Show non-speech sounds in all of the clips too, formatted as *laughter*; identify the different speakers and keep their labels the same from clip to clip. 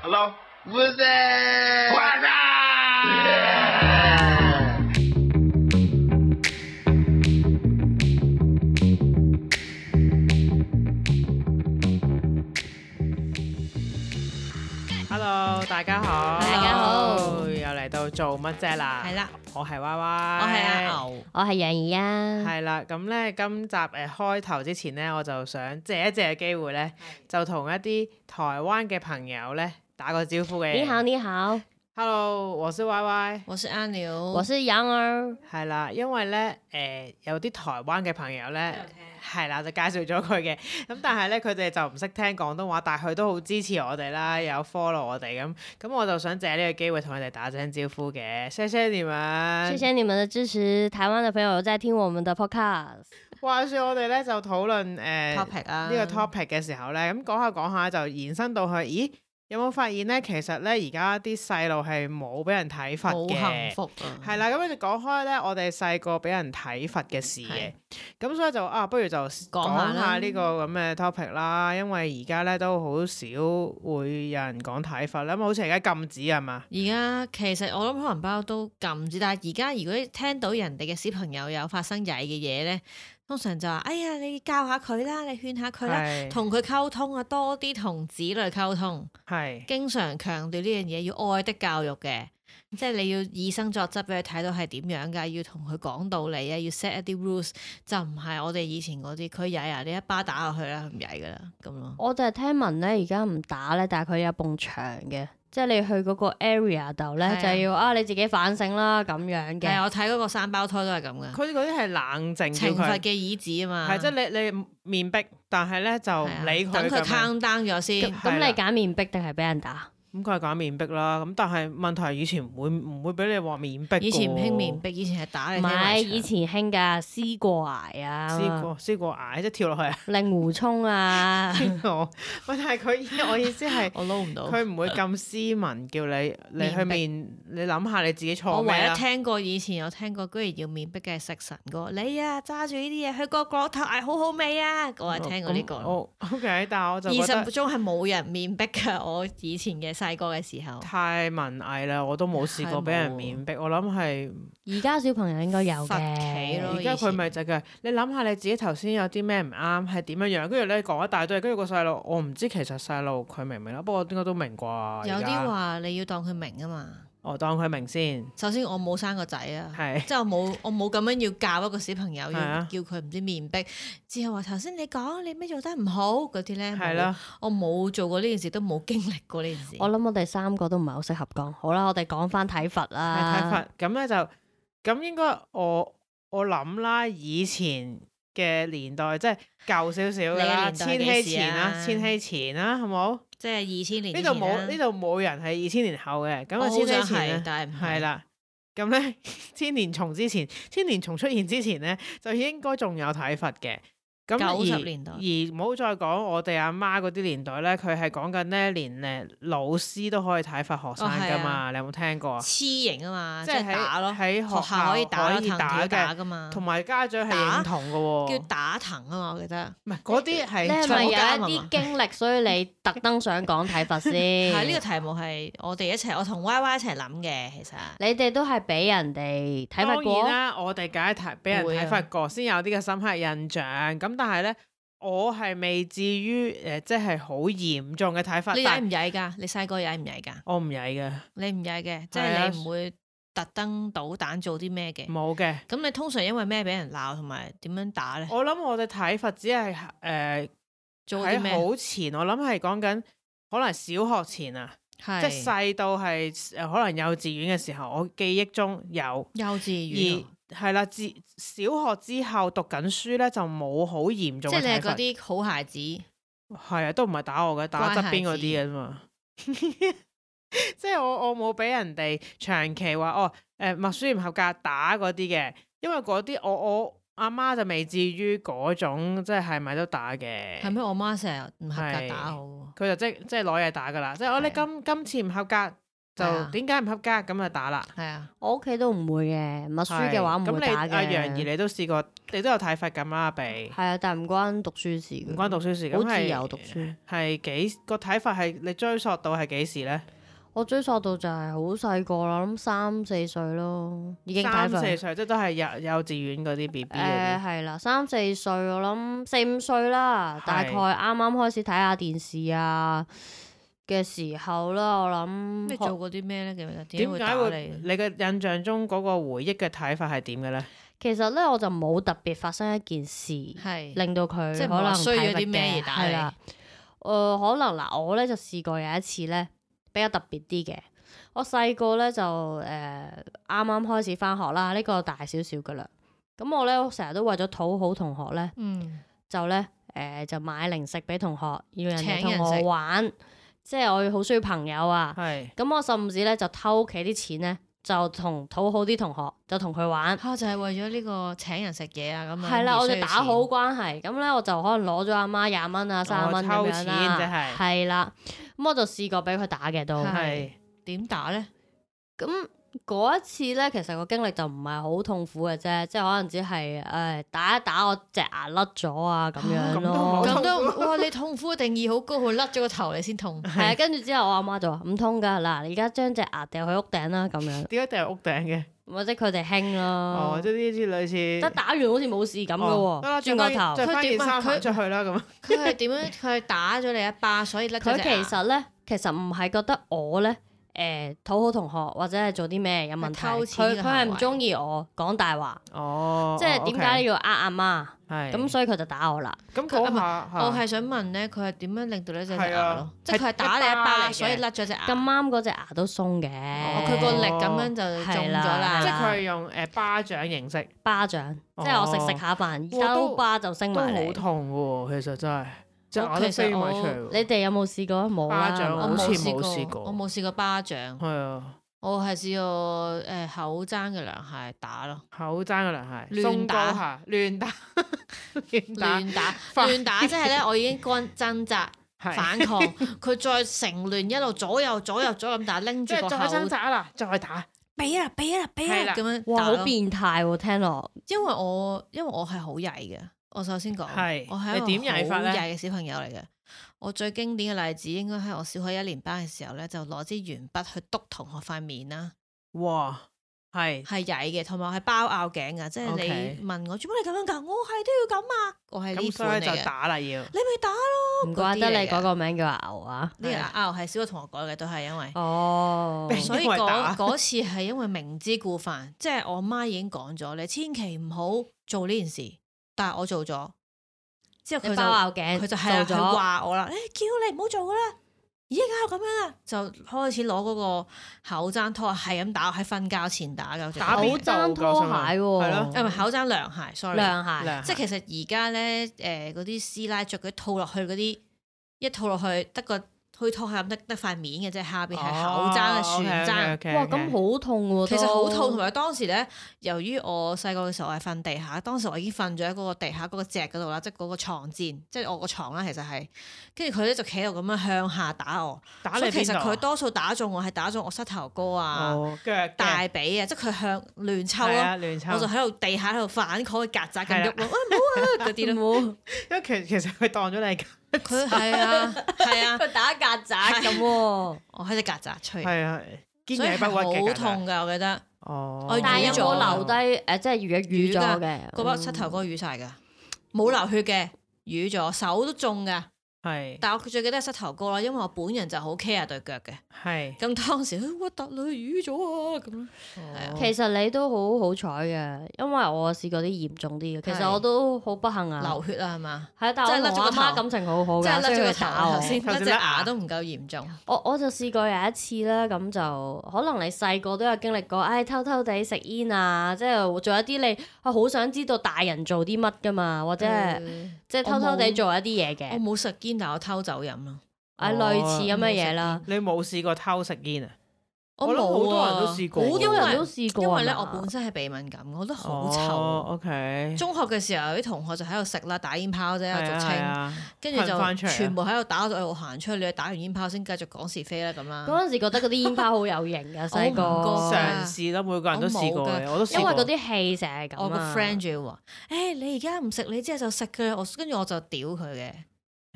Speaker 1: Hello?
Speaker 2: What's that?
Speaker 1: What's up?
Speaker 3: Hello，大家好，
Speaker 4: 大家好
Speaker 3: 又嚟到做乜啫啦？
Speaker 4: 係啦，
Speaker 3: 我係娃娃，
Speaker 4: 我哦係阿。牛，
Speaker 2: 我係楊怡啊，
Speaker 3: 係啦，咁咧今集誒開頭之前咧，我就想借一借機會咧，就同一啲台灣嘅朋友咧打個招呼嘅。
Speaker 2: 你好你好，
Speaker 3: Hello，我是 Y Y。
Speaker 4: 我是阿牛，
Speaker 2: 我是楊兒，
Speaker 3: 係啦，因為咧誒、有啲台灣嘅朋友咧。係啦，就介紹咗佢嘅，咁但係咧佢哋就唔識聽廣東話，但係佢都好支持我哋啦，有 follow 我哋咁，咁我就想借呢個機會同佢哋打聲招呼嘅，謝謝你
Speaker 2: 謝
Speaker 3: 們。
Speaker 2: 謝你們的支持，台灣的朋友有在聽我們的 podcast，
Speaker 3: 話說我哋咧就討論誒
Speaker 4: topic 啊，
Speaker 3: 呢個 topic 嘅時候咧，咁講下講下就延伸到去，咦有冇發現咧？其實咧而家啲細路係冇俾人體罰
Speaker 4: 好
Speaker 3: 嘅。
Speaker 4: 幸福啊，
Speaker 3: 係啦，咁跟住講開咧，我哋細個俾人體罰嘅事嘅，咁所以就啊，不如就
Speaker 4: 講下
Speaker 3: 講
Speaker 4: 啦
Speaker 3: 下呢個咁嘅 topic 啦，因為而家咧都好少會有人講體罰啦，咁好似而家禁止係嘛？
Speaker 4: 而家其實我諗可能包都禁止，但係而家如果聽到人哋嘅小朋友有發生曳嘅嘢咧，通常就話：哎呀，你教下佢啦，你勸下佢啦，
Speaker 3: 係
Speaker 4: 同佢溝通啊，多啲同子女溝通，
Speaker 3: 係
Speaker 4: 經常強調呢樣嘢要愛的教育嘅。即係你要以身作則俾佢睇到係點樣㗎，要同佢講道理啊，要 set 一啲 rules，就唔係我哋以前嗰啲，佢曳啊，你一巴打落去啦，佢唔曳㗎啦，咁咯。
Speaker 2: 我就係聽聞咧而家唔打咧，但係佢有埲牆嘅，即係你去嗰個 area 度
Speaker 4: 係
Speaker 2: 咧
Speaker 4: 啊
Speaker 2: 就要啊你自己反省啦咁樣
Speaker 4: 係啊
Speaker 2: 嘅，
Speaker 4: 我睇嗰個三胞胎都係咁㗎，
Speaker 3: 佢嗰啲係冷靜叫
Speaker 4: 懲罰
Speaker 3: 佢，
Speaker 4: 嘅椅子啊嘛，
Speaker 3: 係即係你你面壁，但係咧就唔
Speaker 4: 係啊
Speaker 3: 理佢
Speaker 4: 等佢
Speaker 3: 咁樣
Speaker 4: count down 咗
Speaker 2: 咁
Speaker 4: 先。
Speaker 2: 咁
Speaker 3: 係啦
Speaker 2: 你揀面壁定係俾人打？
Speaker 3: 咁佢係講面壁啦，咁但係問題係以前唔會唔會俾你話面壁㗎喎，
Speaker 4: 以前唔興面壁，以前係打
Speaker 2: 唔
Speaker 4: 你。
Speaker 2: 係，以前興㗎，思過崖啊，
Speaker 3: 試過試過捱即係跳落去 *laughs* 啊，
Speaker 2: 令狐沖啊，
Speaker 3: 我喂但係佢 *laughs* 我意思係。
Speaker 4: 我撈唔到。
Speaker 3: 佢唔會咁斯文，叫你
Speaker 4: *laughs*
Speaker 3: 你去
Speaker 4: 面壁
Speaker 3: 面，你諗下你自己錯
Speaker 4: 我唯
Speaker 3: 咩啊啦
Speaker 4: 一？聽過以前有聽過，居然要面壁嘅係食神歌。你啊，揸住呢啲嘢去個角頭嗌好好味啊！我係聽過呢
Speaker 3: 哦咁
Speaker 4: 個。
Speaker 3: 我 OK，但係我就
Speaker 4: 二
Speaker 3: 覺
Speaker 4: 十
Speaker 3: 得
Speaker 4: 鐘係冇人面壁㗎。我以前嘅細個嘅時候，
Speaker 3: 太文藝啦，我都冇試過俾人面壁。我諗係
Speaker 2: 而家小朋友應該有
Speaker 4: 罰企
Speaker 2: 嘅
Speaker 4: 咯。
Speaker 3: 而家佢咪就係你諗下你自己頭先有啲咩唔啱，係點樣樣，跟住你講一大堆，跟住個細路，我唔知其實細路佢明唔啊明啦，不過應該都明啩。
Speaker 4: 有
Speaker 3: 而
Speaker 4: 啲
Speaker 3: 家
Speaker 4: 話你要當佢明啊嘛。
Speaker 3: 我當佢明先，
Speaker 4: 首先我冇生個仔啊。
Speaker 3: 係
Speaker 4: 即係我冇我冇咁樣要教一個小朋友，
Speaker 3: 係
Speaker 4: 要
Speaker 3: 啊
Speaker 4: 叫佢唔知面壁，之後話頭先你講你咩做得唔好嗰啲咧，
Speaker 3: 係啦，
Speaker 4: 冇，我冇做過呢件事，都冇經歷過呢件事。
Speaker 2: 我諗我哋三個都唔係好適合講，好啦，我哋講翻體罰
Speaker 4: 啊
Speaker 3: 係睇
Speaker 2: 啦。
Speaker 3: 法。咁咧就咁應該我我諗啦，以前。嘅年代即係舊少少㗎
Speaker 4: 你嘅
Speaker 3: 啦，
Speaker 4: 年代
Speaker 3: 千禧
Speaker 4: 幾時
Speaker 3: 前
Speaker 4: 啊
Speaker 3: 啦，千禧前啦，好冇？
Speaker 4: 即係二千年
Speaker 3: 呢度冇呢度
Speaker 4: 度
Speaker 3: 冇人係二千年後嘅，咁
Speaker 4: 我
Speaker 3: 啊
Speaker 4: 好
Speaker 3: 千
Speaker 4: 想
Speaker 3: 禧前
Speaker 4: 係，
Speaker 3: 咧
Speaker 4: 但係唔
Speaker 3: 係
Speaker 4: 係。
Speaker 3: 啦。咁咧， *laughs* 千年蟲之前，千年蟲出現之前咧，就應該仲有體罰嘅。咁啊
Speaker 4: 90
Speaker 3: 而
Speaker 4: 年代
Speaker 3: 而唔好再講我哋阿媽嗰啲年代咧，佢係講緊咧，連誒老師都可以體罰學生
Speaker 4: 哦係
Speaker 3: 噶
Speaker 4: 啊
Speaker 3: 嘛？你有冇聽過啊？
Speaker 4: 黐型啊嘛，即
Speaker 3: 係
Speaker 4: 係打咯，
Speaker 3: 喺
Speaker 4: 學
Speaker 3: 學
Speaker 4: 校可以打
Speaker 3: 可以
Speaker 4: 藤條
Speaker 3: 打
Speaker 4: 打
Speaker 3: 嘅，
Speaker 4: 噶嘛，
Speaker 3: 同埋家長係
Speaker 4: 打
Speaker 3: 認同嘅
Speaker 4: 叫
Speaker 3: 喎。
Speaker 4: 打藤啊嘛，我記得
Speaker 3: 唔係嗰啲
Speaker 2: 你
Speaker 3: 係
Speaker 2: 係咪
Speaker 3: 錯
Speaker 2: 有
Speaker 4: 坐監啊
Speaker 2: 一
Speaker 4: 嘛
Speaker 2: 啲經歷，所以你特登想講體罰
Speaker 3: *laughs*
Speaker 2: 先？
Speaker 4: 係呢個題目係我哋一齊，我同 Y Y 一齊諗嘅，其實
Speaker 2: 你哋都係俾人哋體罰
Speaker 3: 當
Speaker 2: 過
Speaker 3: 然，啦，我哋梗係睇俾人
Speaker 4: 會
Speaker 3: 睇
Speaker 4: 啊
Speaker 3: 罰過，先有啲嘅深刻印象。咁但係咧，我係未至於誒、呃即係好嚴重嘅睇罰。
Speaker 4: 你曳
Speaker 3: 但
Speaker 4: 唔曳㗎？你細個曳唔曳㗎？
Speaker 3: 我唔曳嘅，
Speaker 4: 你唔曳嘅，即
Speaker 3: 係啊
Speaker 4: 係你唔會特登搗蛋做啲咩嘅。
Speaker 3: 冇嘅。
Speaker 4: 咁你通常因為咩俾人鬧同埋點樣打咧？
Speaker 3: 我諗我哋睇罰只係誒
Speaker 4: 做啲
Speaker 3: 喺
Speaker 4: 咩？啊
Speaker 3: 好前，我諗係講緊可能小學前啊，即係
Speaker 4: 係
Speaker 3: 細到係誒可能幼稚園嘅時候，我記憶中有。
Speaker 4: 幼稚園啊，
Speaker 3: 而係啦，自小學之後讀緊書咧，就冇好嚴
Speaker 4: 即
Speaker 3: 重
Speaker 4: 係
Speaker 3: 嘅
Speaker 4: 你
Speaker 3: 體罰
Speaker 4: 係嗰。啲好孩子，
Speaker 3: 係啊，都唔係打我嘅，打側邊嗰啲嘅啫嘛。 *laughs* 即係我我冇俾人哋長期話哦，誒、默書唔合格打嗰啲嘅，因為嗰啲我我阿媽就未至於嗰種，即係係咪都打嘅。
Speaker 4: 係咩？我媽成日唔合格
Speaker 3: 係
Speaker 4: 打我
Speaker 3: 佢就即即係攞嘢打噶啦，即係我你
Speaker 4: 係
Speaker 3: 今今次唔合格
Speaker 4: 係啊
Speaker 3: 就點解唔合家咁就打啦。
Speaker 4: 係啊，
Speaker 2: 我屋企都唔會嘅，默書嘅話唔
Speaker 3: 係咁
Speaker 2: 會打
Speaker 3: 你阿
Speaker 2: 嘅。
Speaker 3: 楊怡你都試過，你都有體罰咁啦，被
Speaker 2: 係啊，但唔關讀書事嘅，
Speaker 3: 唔關讀書事，咁
Speaker 2: 好自
Speaker 3: 係
Speaker 2: 由讀書。
Speaker 3: 係幾個睇法係你追溯到係幾時咧？
Speaker 2: 我追溯到就係好細個啦，諗三四歲咯，已經睇
Speaker 3: 三
Speaker 2: 份。
Speaker 3: 四歲即係都係幼幼稚園嗰啲啊 B B 嗰
Speaker 2: 誒係啦，三四歲我諗四五歲啦，
Speaker 3: 係
Speaker 2: 大概啱啱開始睇下電視啊嘅時候啦，我諗
Speaker 4: 你做過啲咩咧？記唔記得
Speaker 3: 啲。
Speaker 4: 點
Speaker 3: 點
Speaker 4: 會
Speaker 3: 解
Speaker 4: 打
Speaker 3: 會
Speaker 4: 你？
Speaker 3: 你嘅印象中嗰個回憶嘅睇法係點嘅咧？
Speaker 2: 其實咧我就冇特別發生一件事
Speaker 4: 係
Speaker 2: 令到佢
Speaker 4: 即係唔
Speaker 2: 可
Speaker 4: 係話
Speaker 2: 能
Speaker 4: 衰
Speaker 2: 體罰
Speaker 4: 咗啲咩
Speaker 2: 嘅
Speaker 4: 而打
Speaker 2: 係
Speaker 4: 你
Speaker 2: 啦。誒可能嗱，我咧就試過有一次咧比較特別啲嘅，我細個咧就誒啱啱開始返學啦，呢、個大少少噶啦。咁我咧我成日都為咗討好同學咧。
Speaker 4: 嗯，
Speaker 2: 就咧誒、呃就買零食俾同學，要人哋
Speaker 4: 請人
Speaker 2: 同
Speaker 4: 食
Speaker 2: 我玩，即係我好需要朋友啊。
Speaker 3: 係
Speaker 2: 咁我甚至咧就偷屋企啲錢咧，就同討好啲同學，就同佢玩。
Speaker 4: 嚇啊就係為咗呢個請人食嘢啊咁樣。
Speaker 2: 係啦，
Speaker 4: 而
Speaker 2: 我
Speaker 4: 需
Speaker 2: 哋
Speaker 4: 要
Speaker 2: 打好
Speaker 4: 錢
Speaker 2: 關係，咁咧我就可能攞咗阿媽廿蚊啊、三十蚊咁樣
Speaker 3: 哦偷錢真
Speaker 2: 啦
Speaker 3: 係，
Speaker 2: 係啦。咁我就試過俾佢打嘅都，
Speaker 4: 係
Speaker 3: 係
Speaker 4: 點打咧？
Speaker 2: 咁嗰一次咧，其實個經歷就唔係好痛苦嘅啫，即係可能只係誒打一打我隻牙甩咗啊咁樣
Speaker 3: 哦咁
Speaker 2: 咯
Speaker 3: 都冇。
Speaker 4: 咁都哇！你痛苦嘅定義好高，佢甩咗個頭你
Speaker 3: *laughs*
Speaker 4: 先痛。
Speaker 2: 係啊，跟住之後我阿媽就話唔通㗎，嗱，你而家將隻牙掉去屋頂啦，咁樣
Speaker 3: 點解掉屋頂嘅？
Speaker 2: 或者佢哋興
Speaker 3: 哦
Speaker 2: 咯，，
Speaker 3: 即係呢啲類似
Speaker 2: 即係打完好似冇事咁
Speaker 3: 哦
Speaker 2: 嘅
Speaker 3: 得啦，
Speaker 2: 喎，轉
Speaker 3: 轉
Speaker 2: 個
Speaker 3: 翻
Speaker 2: 頭。啊
Speaker 3: 着翻件衫
Speaker 4: 佢
Speaker 3: 出去啦咁。
Speaker 4: 佢係點樣？佢係打咗你一巴，所以甩咗
Speaker 2: 佢
Speaker 4: 隻
Speaker 2: 其
Speaker 4: 牙
Speaker 2: 實咧，其實唔係覺得我咧誒討好同學或者係做啲咩有問題，
Speaker 4: 係偷錢嘅
Speaker 2: 佢佢係
Speaker 4: 行
Speaker 2: 唔
Speaker 4: 為
Speaker 2: 中意我講大話，
Speaker 3: 哦，
Speaker 2: 即係點解你要呃阿媽？
Speaker 3: 係
Speaker 2: 咁所以佢就打我啦。
Speaker 3: 咁
Speaker 4: 佢啊
Speaker 3: 嗰
Speaker 4: 唔係
Speaker 3: 下
Speaker 4: 我係想問咧，佢係點樣令到呢隻
Speaker 3: 係
Speaker 4: 牙
Speaker 3: 啊
Speaker 4: 咯？即係佢係
Speaker 3: 係
Speaker 4: 打你
Speaker 3: 一
Speaker 4: 一
Speaker 3: 巴
Speaker 4: 巴，
Speaker 3: 嚟
Speaker 4: 所以
Speaker 3: 嘅
Speaker 4: 甩咗
Speaker 2: 咁
Speaker 4: 隻牙。
Speaker 2: 啱嗰隻牙都鬆嘅，
Speaker 4: 啊哦
Speaker 3: 哦
Speaker 4: 佢個力咁樣就中
Speaker 2: 係
Speaker 4: 咗
Speaker 2: 啦
Speaker 4: 啦。
Speaker 3: 即係佢係用誒巴掌形式，
Speaker 2: 巴掌，即係我
Speaker 3: 哦
Speaker 2: 食食下飯，
Speaker 3: 哇都
Speaker 2: 兜巴就升
Speaker 3: 都
Speaker 2: 埋
Speaker 3: 好
Speaker 2: 嚟。
Speaker 3: 痛嘅喎，其實真係，即係
Speaker 4: 我
Speaker 3: 我都
Speaker 4: 其實
Speaker 3: 飛埋
Speaker 4: 我
Speaker 3: 出嚟
Speaker 2: 你
Speaker 3: 喎。
Speaker 2: 哋有冇試過？冇
Speaker 3: 巴
Speaker 2: 啦，
Speaker 3: 掌
Speaker 2: 係
Speaker 4: 我
Speaker 3: 好
Speaker 2: 嘛
Speaker 3: 似
Speaker 4: 冇
Speaker 3: 冇
Speaker 4: 試
Speaker 3: 試
Speaker 4: 過，
Speaker 3: 過
Speaker 4: 我冇試過巴掌，
Speaker 3: 係啊，
Speaker 4: 我係試過誒口爭嘅涼鞋打咯，
Speaker 3: 口爭嘅涼鞋，
Speaker 4: 亂
Speaker 3: 鬆
Speaker 4: 打
Speaker 3: 糕下，亂打， *laughs* 亂打，
Speaker 4: 亂打
Speaker 3: 反
Speaker 4: 亂打，即係咧我已經乾掙扎
Speaker 3: 係，
Speaker 4: 反抗，佢再成亂一路左右左右左右咁打，拎
Speaker 3: *laughs* 即
Speaker 4: 住個
Speaker 3: 係
Speaker 4: 口
Speaker 3: 再掙扎啦，再打，
Speaker 4: 俾啊俾啊俾
Speaker 3: 係
Speaker 4: 啊
Speaker 3: 啦
Speaker 4: 咁樣
Speaker 2: 哇，
Speaker 4: 打
Speaker 2: 好
Speaker 4: 咯。
Speaker 2: 變態喎！聽落，
Speaker 4: 因為我因為我係好曳嘅，我首先講，
Speaker 3: 係
Speaker 4: 我係一
Speaker 3: 你
Speaker 4: 個
Speaker 3: 點曳法
Speaker 4: 好
Speaker 3: 呢
Speaker 4: 曳嘅小朋友嚟嘅。我最經典嘅例子應該係我小學一年班嘅時候咧，就攞支鉛筆去督同學塊面啦，
Speaker 3: 哇，係
Speaker 4: 係曳嘅，同埋我係包拗頸噶，即係
Speaker 3: OK
Speaker 4: 你問我做乜你咁樣噶，我係都要咁啊，我係呢
Speaker 3: 咁所
Speaker 4: 款
Speaker 3: 以
Speaker 4: 嚟
Speaker 3: 就
Speaker 4: 嘅，
Speaker 3: 打啦要，
Speaker 4: 你咪打咯，
Speaker 2: 唔怪得你嗰
Speaker 4: 嗰啲嚟嘅
Speaker 2: 個名叫阿牛啊。
Speaker 4: 呢個拗係小學同學改嘅，都係因為。
Speaker 2: 哦，
Speaker 3: 明
Speaker 4: 所以
Speaker 3: 因為
Speaker 4: 嗰
Speaker 3: 打
Speaker 4: 嗰次係因為明知故犯，即係我媽已經講咗你千祈唔好做呢件事，但係我做咗，之後佢
Speaker 2: 你
Speaker 4: 就
Speaker 2: 包拗頸，
Speaker 4: 佢就係啦，
Speaker 2: 係
Speaker 4: 佢
Speaker 2: 咗，
Speaker 4: 話我啦，誒、叫你唔好做噶啦，而家咁樣啊啦，就開始攞嗰個口罩拖鞋係咁打，喺瞓覺前打嘅，
Speaker 3: 打
Speaker 4: 口
Speaker 3: 邊
Speaker 2: 口
Speaker 4: 罩
Speaker 2: 爭拖鞋
Speaker 3: 係
Speaker 2: 喎，
Speaker 4: 唔
Speaker 3: 咯
Speaker 4: 係口罩涼鞋，sorry，
Speaker 2: 涼鞋，
Speaker 3: 涼
Speaker 4: 即係
Speaker 3: 鞋
Speaker 4: 其實而家咧誒嗰啲師奶着嗰啲套落去嗰啲，一套落去得個推拖鞋咁得得塊面嘅啫，下邊係
Speaker 3: 哦
Speaker 4: 口罩啊嘅船踭。
Speaker 3: 踭
Speaker 2: 哇，咁好痛喎，
Speaker 4: 其實好痛，同
Speaker 2: 啊，
Speaker 4: 埋當時咧，由於我細個嘅時候我係瞓地下，當時我已經瞓咗喺嗰個地下嗰個席嗰度啦，即係嗰個床墊，即係我個床啦，其實係，跟住佢咧就企喺度咁樣向下打我，
Speaker 3: 打
Speaker 4: 所以
Speaker 3: 你
Speaker 4: 其實
Speaker 3: 邊度
Speaker 4: 佢
Speaker 3: 啊
Speaker 4: 多數打中我係打中我膝頭哥啊、
Speaker 3: 哦腳嘅
Speaker 4: 大髀啊，即係佢向亂抽
Speaker 3: 係
Speaker 4: 咯，
Speaker 3: 啊亂抽
Speaker 4: 我就喺度地下喺度反抗佢曱甴咁
Speaker 3: 係
Speaker 4: 喐
Speaker 3: 啦
Speaker 4: 咯，喂唔好啊嗰啲咯，
Speaker 2: 冇
Speaker 3: 因為其其實佢當咗你係
Speaker 4: 佢係啊係啊，
Speaker 2: 佢打曱甴咁喎。
Speaker 4: 我喺隻曱甴吹，
Speaker 3: 啊 *laughs* 堅
Speaker 4: 所以
Speaker 3: 毅不屈嘅
Speaker 4: 係好痛㗎，我記得
Speaker 3: 哦
Speaker 4: 我
Speaker 2: 但係有
Speaker 4: 瘀咗啊
Speaker 2: 冇留低誒？即係如果瘀咗嘅，嗯
Speaker 4: 嗰包膝頭
Speaker 3: 嗯
Speaker 4: 哥瘀晒㗎，冇流血嘅，瘀咗手都中㗎。
Speaker 3: 係
Speaker 4: 但我最記得係膝頭哥啦，因為我本人就好 care 對腳嘅。
Speaker 3: 係
Speaker 4: 咁當時 *laughs* 哎核突女瘀咗啊咁樣，係啊
Speaker 3: 哦
Speaker 2: 嗯。其實你都好好彩嘅，因為我試過啲嚴重啲嘅。其實
Speaker 4: 係
Speaker 2: 我都好不幸啊，
Speaker 4: 流血啊係嘛，
Speaker 2: 係，但係
Speaker 4: 即係
Speaker 2: 我同
Speaker 4: 甩咗個
Speaker 2: 阿媽
Speaker 4: 頭
Speaker 2: 感情好好
Speaker 4: 即係
Speaker 2: 㗎，
Speaker 4: 甩
Speaker 2: 所以
Speaker 4: 咗個
Speaker 2: 佢打
Speaker 4: 頭
Speaker 2: 我
Speaker 4: 頭。先，
Speaker 3: 頭
Speaker 4: 甩
Speaker 3: 先
Speaker 4: 隻
Speaker 3: 甩
Speaker 4: 牙
Speaker 3: 牙
Speaker 4: 都唔夠嚴重。
Speaker 2: 我我就試過有一次啦，咁就可能你細個都有經歷過，唉、偷偷地食煙啊，即係做一啲你啊好想知道大人做啲乜噶嘛，或者係、
Speaker 4: 誒
Speaker 2: 即係偷偷地
Speaker 4: 我冇
Speaker 2: 做一啲嘢
Speaker 4: 我
Speaker 2: 嘅，
Speaker 4: 冇食煙，但我偷酒飲咯。
Speaker 2: 啊類似咁嘅嘢啦。
Speaker 3: 你冇試過偷食煙啊？
Speaker 4: 我
Speaker 3: 我諗好多人都
Speaker 4: 冇啊
Speaker 3: 試過
Speaker 2: 好
Speaker 4: 因
Speaker 2: 多人都
Speaker 4: 為
Speaker 2: 試過啊
Speaker 4: 因
Speaker 2: 嘛。
Speaker 4: 為咧，我本身係鼻敏感，我覺得好
Speaker 3: 哦
Speaker 4: 臭。啊
Speaker 3: ，OK，
Speaker 4: 中學嘅時候，有啲同學就喺度食啦，打煙炮啫，
Speaker 3: 係啊
Speaker 4: 俗
Speaker 3: 係
Speaker 4: 稱，
Speaker 3: 啊，
Speaker 4: 跟住
Speaker 3: 噴返出
Speaker 4: 就
Speaker 3: 嚟啊
Speaker 4: 全部喺度打到我行出去，你打完煙炮先繼續講是非啦，咁啦。
Speaker 2: 嗰陣時覺得
Speaker 4: *laughs*
Speaker 2: 嗰啲煙花好有型嘅細
Speaker 4: 啊我唔覺
Speaker 2: 個，
Speaker 3: 嘗試啦，每個人都試過
Speaker 4: 我冇
Speaker 3: 嘅，我都試
Speaker 2: 因
Speaker 3: 過。
Speaker 2: 為嗰啲戲成係咁啊
Speaker 4: 我個 friend 仲要話：，誒，你而家唔食，你之後就食佢。我跟住我就屌佢嘅，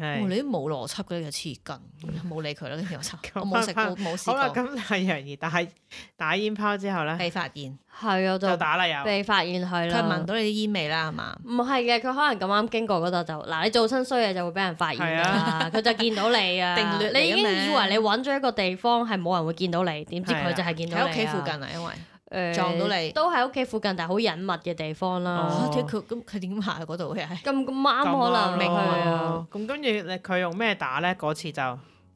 Speaker 3: 係
Speaker 4: 哦你都冇邏輯嘅，你就黐筋，冇理佢啦。跟住我就我冇食過，冇
Speaker 3: 好啦，
Speaker 4: 試過，
Speaker 3: 咁啊但係楊怡打 *laughs* 打煙炮之後咧，
Speaker 4: 被發現，
Speaker 2: 係啊，
Speaker 3: 就
Speaker 2: 就
Speaker 3: 打啦又。
Speaker 2: 被發現係
Speaker 4: 佢
Speaker 2: 啦。
Speaker 4: 係聞到你啲煙味啦，係嘛？
Speaker 2: 唔係嘅，佢可能咁啱經過嗰度就嗱，你做親衰嘢就會俾人發現㗎啦，佢就見到你啊。
Speaker 4: *laughs* 定律嚟嘅
Speaker 2: 你已經
Speaker 4: 咩
Speaker 2: 以為你揾咗一個地方係冇人會見到你，點知佢就係見到你
Speaker 4: 喺
Speaker 2: 啊
Speaker 4: 屋企附近，啊，因為
Speaker 2: 誒
Speaker 4: 撞到你
Speaker 2: 都喺屋企附近，但係好隱密嘅地方啦。
Speaker 4: *laughs* 啊
Speaker 3: 哦
Speaker 4: 屌佢咁佢點行嗰度嘅？
Speaker 2: 咁咁啱可能
Speaker 4: 明
Speaker 2: 佢啊，
Speaker 3: 哦咯。咁跟住你佢用咩打咧？嗰次就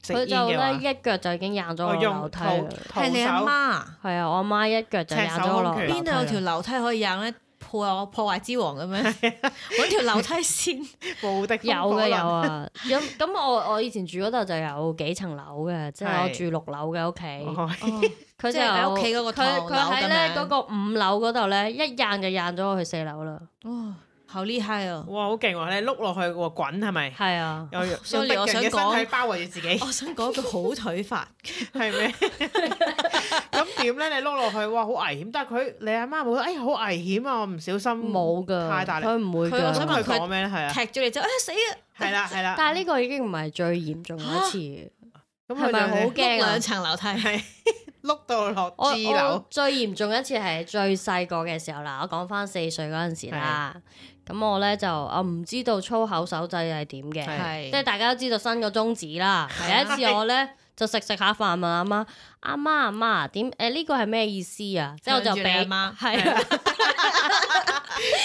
Speaker 3: 食
Speaker 2: 佢
Speaker 3: 煙
Speaker 2: 就
Speaker 3: 嘅話，
Speaker 2: 咧一腳就已經硬咗
Speaker 3: 我
Speaker 2: 我
Speaker 3: 用
Speaker 2: 樓梯啊啦
Speaker 3: 徒。徒
Speaker 4: 係你阿
Speaker 3: 手。
Speaker 4: 媽。
Speaker 2: 係啊，我阿媽一腳就硬咗我落
Speaker 3: 赤手空拳
Speaker 4: 邊
Speaker 2: 樓
Speaker 4: 度
Speaker 2: 梯啊。
Speaker 4: 有條樓梯可以引咧破我破壞之王咁樣，揾條樓梯線。
Speaker 3: 無敵
Speaker 2: 有
Speaker 3: 風火
Speaker 2: 嘅
Speaker 3: 輪
Speaker 2: 有啊，咁咁我我以前住嗰度就有幾層樓嘅，即係我
Speaker 3: 係
Speaker 2: 住六樓嘅屋企。
Speaker 3: 哦
Speaker 2: 佢
Speaker 4: 即
Speaker 2: 就
Speaker 4: 係喺
Speaker 2: 有
Speaker 4: 屋企嗰個
Speaker 2: 佢
Speaker 4: 唐樓
Speaker 2: 佢喺
Speaker 4: 咁
Speaker 2: 咧
Speaker 4: 樣
Speaker 2: 嗰個五樓嗰度咧，一硬就硬咗我去四樓啦。
Speaker 4: 哦，好厲害哦！
Speaker 3: 哇，好勁喎！你碌落去喎，滾係咪？
Speaker 2: 係啊，*laughs*
Speaker 3: 又用
Speaker 4: Sorry，
Speaker 3: 用
Speaker 4: 我
Speaker 3: 敵
Speaker 4: 想
Speaker 3: 人嘅身
Speaker 4: 講
Speaker 3: 體包圍住自己，
Speaker 4: 我想講一句好腿法，
Speaker 3: 係咩？ *laughs* 咁點咧？你碌落去，哇，好危險！但係佢你阿媽冇，哎呀，好危險啊！我唔小
Speaker 4: 嗯
Speaker 3: 心
Speaker 2: 冇噶，
Speaker 3: 太大力。
Speaker 2: 佢唔會
Speaker 4: 佢我
Speaker 3: 咁
Speaker 4: 想
Speaker 2: 噶。
Speaker 4: 問
Speaker 3: 佢講咩咧？係啊
Speaker 4: 踢，咗你就哎呀死啊！
Speaker 2: *laughs*
Speaker 3: 係啦，係啦。
Speaker 2: 但係呢個已經唔係最嚴重嗰一次，
Speaker 3: 咁
Speaker 2: 係咪
Speaker 3: 佢就
Speaker 2: 好
Speaker 3: 係
Speaker 4: 碌
Speaker 2: 驚啊
Speaker 4: 兩？層樓梯，
Speaker 3: 係 *laughs* 碌到
Speaker 2: 我
Speaker 3: 落 G
Speaker 2: 我
Speaker 3: 樓，
Speaker 2: 最嚴重一次係最細個嘅時候啦，我講翻四歲嗰陣時啦，咁我咧就我唔知道粗口手勢係點嘅，
Speaker 4: 係
Speaker 2: 即係大家都知道伸個中指
Speaker 4: *laughs*
Speaker 2: 啦。
Speaker 4: 係啊
Speaker 2: 有一次我咧就食食下飯問阿媽：阿媽阿媽點誒呢個係咩意思啊？即係我就
Speaker 4: 向住你阿
Speaker 2: 俾
Speaker 4: 媽
Speaker 2: 係啊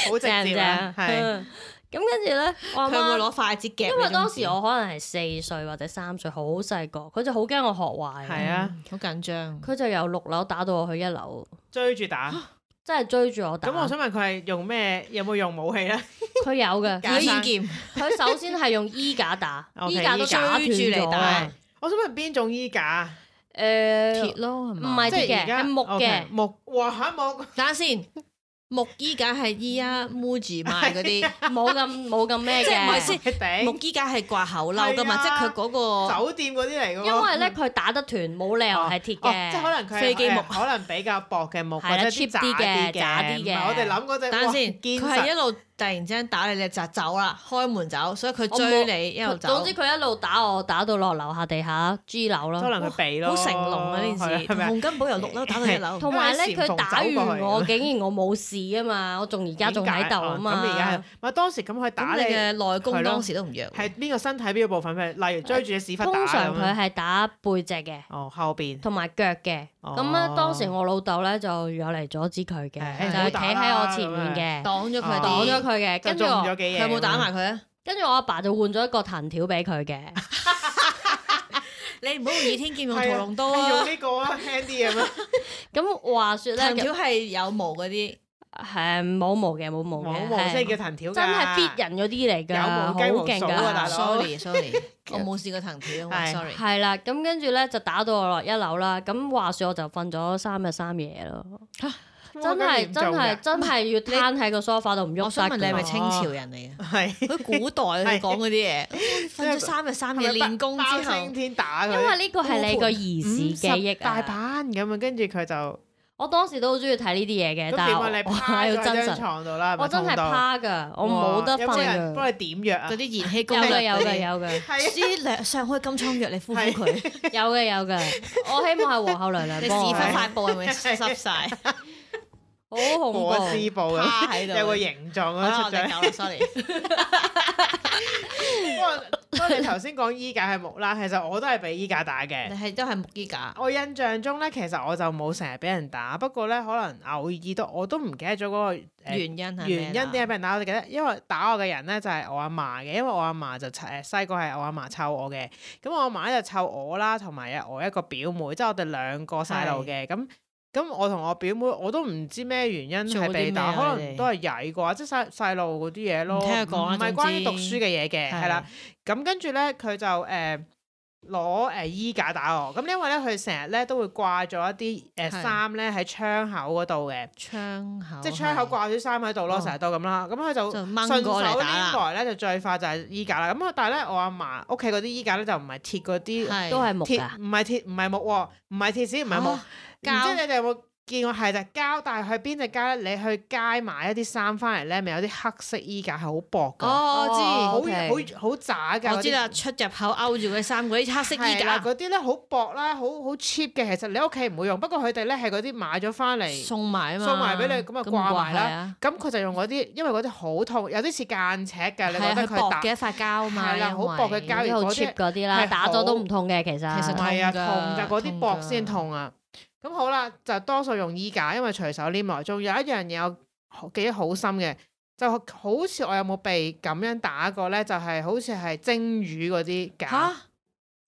Speaker 3: 好直
Speaker 2: 正唔
Speaker 3: 接啊
Speaker 2: 正？ *laughs*
Speaker 3: 係
Speaker 2: 嗯咁跟住咧，我阿
Speaker 4: 佢會
Speaker 2: 媽
Speaker 4: 攞筷子夾你中指。
Speaker 2: 因為當時我可能係四歲或者三歲，好細個，佢就好驚我學壞
Speaker 3: 係
Speaker 2: 啊。
Speaker 3: 啊，
Speaker 4: 好緊張，
Speaker 2: 佢就由六樓打到我去一樓，
Speaker 3: 追住打。
Speaker 2: 真係追住我啊打。
Speaker 3: 咁我想問佢係用咩？有冇用武器咧？
Speaker 2: *laughs* 佢有嘅，
Speaker 3: 假
Speaker 4: 表
Speaker 2: 佢
Speaker 3: 山
Speaker 4: 演劍
Speaker 2: 佢首先係用衣架
Speaker 4: *laughs*
Speaker 2: 打，
Speaker 4: 哦
Speaker 3: OK，
Speaker 2: 衣架都
Speaker 3: 衣架
Speaker 2: 打斷
Speaker 4: 追住
Speaker 2: 咗
Speaker 4: 嚟打
Speaker 2: 啊。
Speaker 3: *laughs* 我想問邊種衣架？
Speaker 2: 誒
Speaker 4: 鐵，咯，係
Speaker 2: 唔
Speaker 4: 嘛？
Speaker 2: 係
Speaker 3: 即
Speaker 2: 鐵
Speaker 3: 係
Speaker 2: 嘅，
Speaker 3: 而
Speaker 2: 係
Speaker 3: 家
Speaker 2: 木
Speaker 3: OK，
Speaker 2: 嘅。
Speaker 3: 木哇嚇
Speaker 2: *laughs*
Speaker 3: 木，
Speaker 4: 等下先，木衣架係依啊 Muji 賣嗰 *laughs* 啲，
Speaker 2: 冇咁冇咁咩
Speaker 4: 即係唔係先
Speaker 2: 嘅，
Speaker 3: *laughs*
Speaker 4: 木
Speaker 3: 頂
Speaker 4: 衣架係掛口褸噶嘛，
Speaker 3: 係啊
Speaker 4: 即哎係佢嗰個
Speaker 3: 酒店嗰啲嚟嘅喎。
Speaker 2: 因為咧佢打得斷，冇理由係鐵
Speaker 3: 哦
Speaker 2: 嘅，
Speaker 3: 即係可能佢係
Speaker 4: 飛機木
Speaker 3: 誒可能比較薄嘅木，
Speaker 2: 係
Speaker 3: 或
Speaker 2: 啦
Speaker 3: 者
Speaker 2: cheap
Speaker 3: 渣
Speaker 2: 啲嘅
Speaker 3: 嘅，
Speaker 2: 渣啲嘅
Speaker 3: 唔係我哋諗嗰只。
Speaker 4: 等
Speaker 3: 哇
Speaker 4: 陣先，
Speaker 3: 堅
Speaker 4: 佢係一
Speaker 3: 實
Speaker 4: 路突然之間打你，你就走啦，開門走，所以佢
Speaker 2: 我冇
Speaker 4: 追你一路
Speaker 2: 佢
Speaker 4: 走
Speaker 2: 總之。佢一路打我，打到落樓下地下 G 樓咯
Speaker 3: 可。能佢避咯，
Speaker 4: 好成龍啊！呢件
Speaker 3: 係
Speaker 4: 事，
Speaker 3: 咪啊
Speaker 4: 洪金寶由六樓打到一樓，
Speaker 2: 同埋咧，
Speaker 3: 因為
Speaker 2: 佢
Speaker 3: 禪
Speaker 2: 打
Speaker 3: 房走過
Speaker 2: 完
Speaker 3: 去
Speaker 2: 我，竟然我冇事啊嘛，我仲而家仲喺度啊嘛。
Speaker 3: 點解哦咁而家係咪當時咁佢打
Speaker 4: 咁
Speaker 3: 你
Speaker 4: 你嘅內
Speaker 3: 係
Speaker 4: 功
Speaker 3: 咯
Speaker 4: 當時都唔弱喎，
Speaker 3: 係邊個身體邊個部分？譬如例如追住你屎忽打
Speaker 2: 通常
Speaker 3: 咁
Speaker 2: 佢
Speaker 3: 樣。
Speaker 2: 係打背脊嘅，
Speaker 3: 哦，後邊
Speaker 2: 同埋腳嘅。
Speaker 3: 哦
Speaker 2: 咁咧，當時我老豆咧就有嚟阻止佢嘅，
Speaker 3: 唉
Speaker 2: 就係企喺我前面嘅，
Speaker 4: 擋咗佢
Speaker 3: 啊
Speaker 4: 啲，
Speaker 2: 擋咗佢嘅。
Speaker 3: 就
Speaker 2: 跟住
Speaker 3: 中咗
Speaker 2: 我，
Speaker 3: 幾
Speaker 4: 佢
Speaker 3: 嘢。
Speaker 4: 有冇打埋佢啊？
Speaker 2: 跟住我阿爸就換咗一個藤條俾佢嘅。
Speaker 4: 你唔好用倚天劍用屠
Speaker 3: 係啊
Speaker 4: 龍刀
Speaker 3: 你
Speaker 4: 啊
Speaker 3: 用！呢個啊輕啲咁樣，
Speaker 2: 咁話說
Speaker 4: 藤
Speaker 2: 咧，
Speaker 4: 條係有毛嗰啲，
Speaker 2: 係冇毛嘅，冇毛
Speaker 3: 冇
Speaker 2: 嘅，
Speaker 3: 毛先
Speaker 2: 係
Speaker 3: 叫藤條㗎
Speaker 2: 真係 fit 人嗰啲嚟㗎，
Speaker 3: 有毛
Speaker 2: 好
Speaker 3: 雞毛
Speaker 2: 勁
Speaker 3: 掃啊大
Speaker 2: 㗎
Speaker 3: 佬。
Speaker 4: sorry sorry，我 *laughs* 冇試過藤條
Speaker 3: 係
Speaker 4: ，sorry。
Speaker 2: 係啦，咁跟住咧就打到我落一樓啦。咁話說我就瞓咗三日三夜咯，
Speaker 3: 哇
Speaker 2: 真
Speaker 3: 咁
Speaker 2: 係真
Speaker 3: 嚴重㗎
Speaker 2: 係真係要攤喺個 sofa 度唔
Speaker 4: 我
Speaker 2: 喐啊
Speaker 4: 想問
Speaker 2: 得
Speaker 4: 你係咪
Speaker 2: 㗎。
Speaker 4: 清朝人
Speaker 3: *laughs*
Speaker 4: 嚟嘅？
Speaker 3: 係。
Speaker 4: 佢古代佢講嗰啲嘢，
Speaker 3: *laughs*
Speaker 4: 瞓咗三日三夜
Speaker 3: 係咪
Speaker 4: 練功
Speaker 3: 包
Speaker 4: 之後
Speaker 3: 青。天打佢，
Speaker 2: 因為呢個係你個兒時記憶
Speaker 3: 大
Speaker 2: 啊！
Speaker 3: 板咁啊，跟住佢就咁
Speaker 2: 我當時都好中意睇呢啲嘢嘅，
Speaker 3: 點
Speaker 2: 但係我
Speaker 3: 啊？你
Speaker 2: *laughs* 我
Speaker 3: 趴
Speaker 2: 係
Speaker 3: 咗
Speaker 2: 要
Speaker 3: 喺
Speaker 2: 真
Speaker 3: 張
Speaker 2: 實，
Speaker 3: 床度啦，係咪
Speaker 2: 我真係
Speaker 3: 痛到
Speaker 2: 趴㗎，我冇得
Speaker 3: 哇有冇人
Speaker 2: 瞓㗎。
Speaker 3: 幫你點藥啊
Speaker 4: 嗰？啲燃氣
Speaker 2: 有
Speaker 4: 功
Speaker 2: 嘅
Speaker 4: 能
Speaker 2: 有
Speaker 4: 嗰
Speaker 2: 嘅
Speaker 4: 啲 *laughs*
Speaker 2: 有嘅
Speaker 3: *laughs* 係啊
Speaker 4: 啲兩上開金槍藥你敷敷佢，你
Speaker 2: 有嘅有嘅，我希望係皇后
Speaker 3: *laughs*
Speaker 2: 娘娘
Speaker 4: 屎
Speaker 2: 幫
Speaker 4: 忽
Speaker 2: 我，
Speaker 4: 塊布係咪濕晒？
Speaker 2: 好恐怖
Speaker 3: 裹。屍布啊，
Speaker 4: 趴喺度，
Speaker 3: 有個形狀
Speaker 4: 好啦，
Speaker 3: 啊
Speaker 4: 我
Speaker 3: 出咗
Speaker 4: 哋
Speaker 3: 嚟。
Speaker 4: 夠啦，sorry。
Speaker 3: *laughs* 不過不過你頭先講衣架係木啦，其實我都係俾衣架打
Speaker 4: 你 *laughs*
Speaker 3: 嘅。
Speaker 4: 係都係木衣架，
Speaker 3: 我印象中咧，其實我就冇成日俾人打，不過咧可能偶爾都我都唔記得咗嗰個誒
Speaker 4: 原因係咩啦
Speaker 3: 原因點解俾人打？我記得，因為打我嘅人咧就係我阿嫲嘅，因為我阿嫲就誒細個係我阿嫲湊我嘅，咁我阿嫲就湊我啦，同埋我一個表妹，即係我哋兩個細路嘅，咁咁我同我表妹我都唔知咩原因
Speaker 4: 做
Speaker 3: 係
Speaker 4: 過啲
Speaker 3: 被打，
Speaker 4: 咩啊
Speaker 3: 可
Speaker 4: 你哋
Speaker 3: 能都係曳啩，即係細細路嗰啲嘢咯，
Speaker 4: 唔聽佢講啦啊
Speaker 3: 唔係
Speaker 4: 總之
Speaker 3: 關於讀書嘅嘢嘅，係啦，咁跟住咧佢就誒。呃攞誒衣架打我，咁因為咧佢成日咧都會掛咗一啲誒
Speaker 4: 係
Speaker 3: 衫咧喺窗口嗰度嘅，
Speaker 4: 窗口
Speaker 3: 即係窗口
Speaker 4: 係
Speaker 3: 掛咗啲衫喺度咯，
Speaker 4: 哦
Speaker 3: 成日都咁啦。咁佢就
Speaker 4: 就
Speaker 3: 順
Speaker 4: 掹過嚟
Speaker 3: 手
Speaker 4: 打啦
Speaker 3: 拎過嚟咧，就最快就係衣架啦。咁我但係咧我阿嫲屋企嗰啲衣架咧就唔係鐵嗰啲，
Speaker 4: 係
Speaker 2: 都係木
Speaker 3: 鐵
Speaker 2: 噶，
Speaker 3: 唔係鐵唔係木喎，唔係鐵絲唔係木，
Speaker 4: 啊
Speaker 3: 唔知
Speaker 4: 膠
Speaker 3: 你哋有冇見過係就膠，但係去邊隻膠咧？你去街買一啲衫翻嚟咧，咪有啲黑色衣架係好薄㗎，
Speaker 4: 哦，
Speaker 3: 好
Speaker 4: 我
Speaker 2: 哦
Speaker 4: 知。
Speaker 3: 好好渣㗎。
Speaker 4: 我知啦，出入口勾住佢衫嗰啲黑色衣
Speaker 3: 係啦
Speaker 4: 架，
Speaker 3: 嗰啲咧好薄啦，好好 cheap 嘅，其實你屋企唔會用，不過佢哋咧係嗰啲買咗翻嚟，
Speaker 4: 送埋啊嘛，
Speaker 3: 送埋俾你咁啊
Speaker 4: 唔
Speaker 3: 掛埋啦
Speaker 4: 係啊，
Speaker 3: 咁佢就用嗰啲，因為嗰啲好痛，有啲似間尺㗎，你
Speaker 4: 係
Speaker 3: 覺
Speaker 4: 啊，
Speaker 3: 得
Speaker 4: 佢薄
Speaker 3: 佢打
Speaker 4: 嘅一塊膠嘛，
Speaker 3: 係啦
Speaker 4: 因
Speaker 3: 好薄嘅
Speaker 4: 為
Speaker 3: 膠
Speaker 2: 嗰啲好
Speaker 3: 嗰啲
Speaker 2: cheap 嗰啲
Speaker 3: 係
Speaker 2: 啦，
Speaker 3: 好
Speaker 2: 打咗都唔痛嘅，其
Speaker 4: 其實
Speaker 3: 唔
Speaker 2: 實
Speaker 4: 痛
Speaker 3: 係啊，
Speaker 4: 㗎
Speaker 3: 痛㗎，嗰啲
Speaker 4: 痛
Speaker 3: 薄
Speaker 4: 㗎
Speaker 3: 先痛啊。咁好啦，就多數用衣架，因為隨手拈來。仲有一樣嘢我好記得好深嘅，就好似我有冇被咁樣打過咧？就係、好似係蒸魚嗰啲架。
Speaker 4: 吓，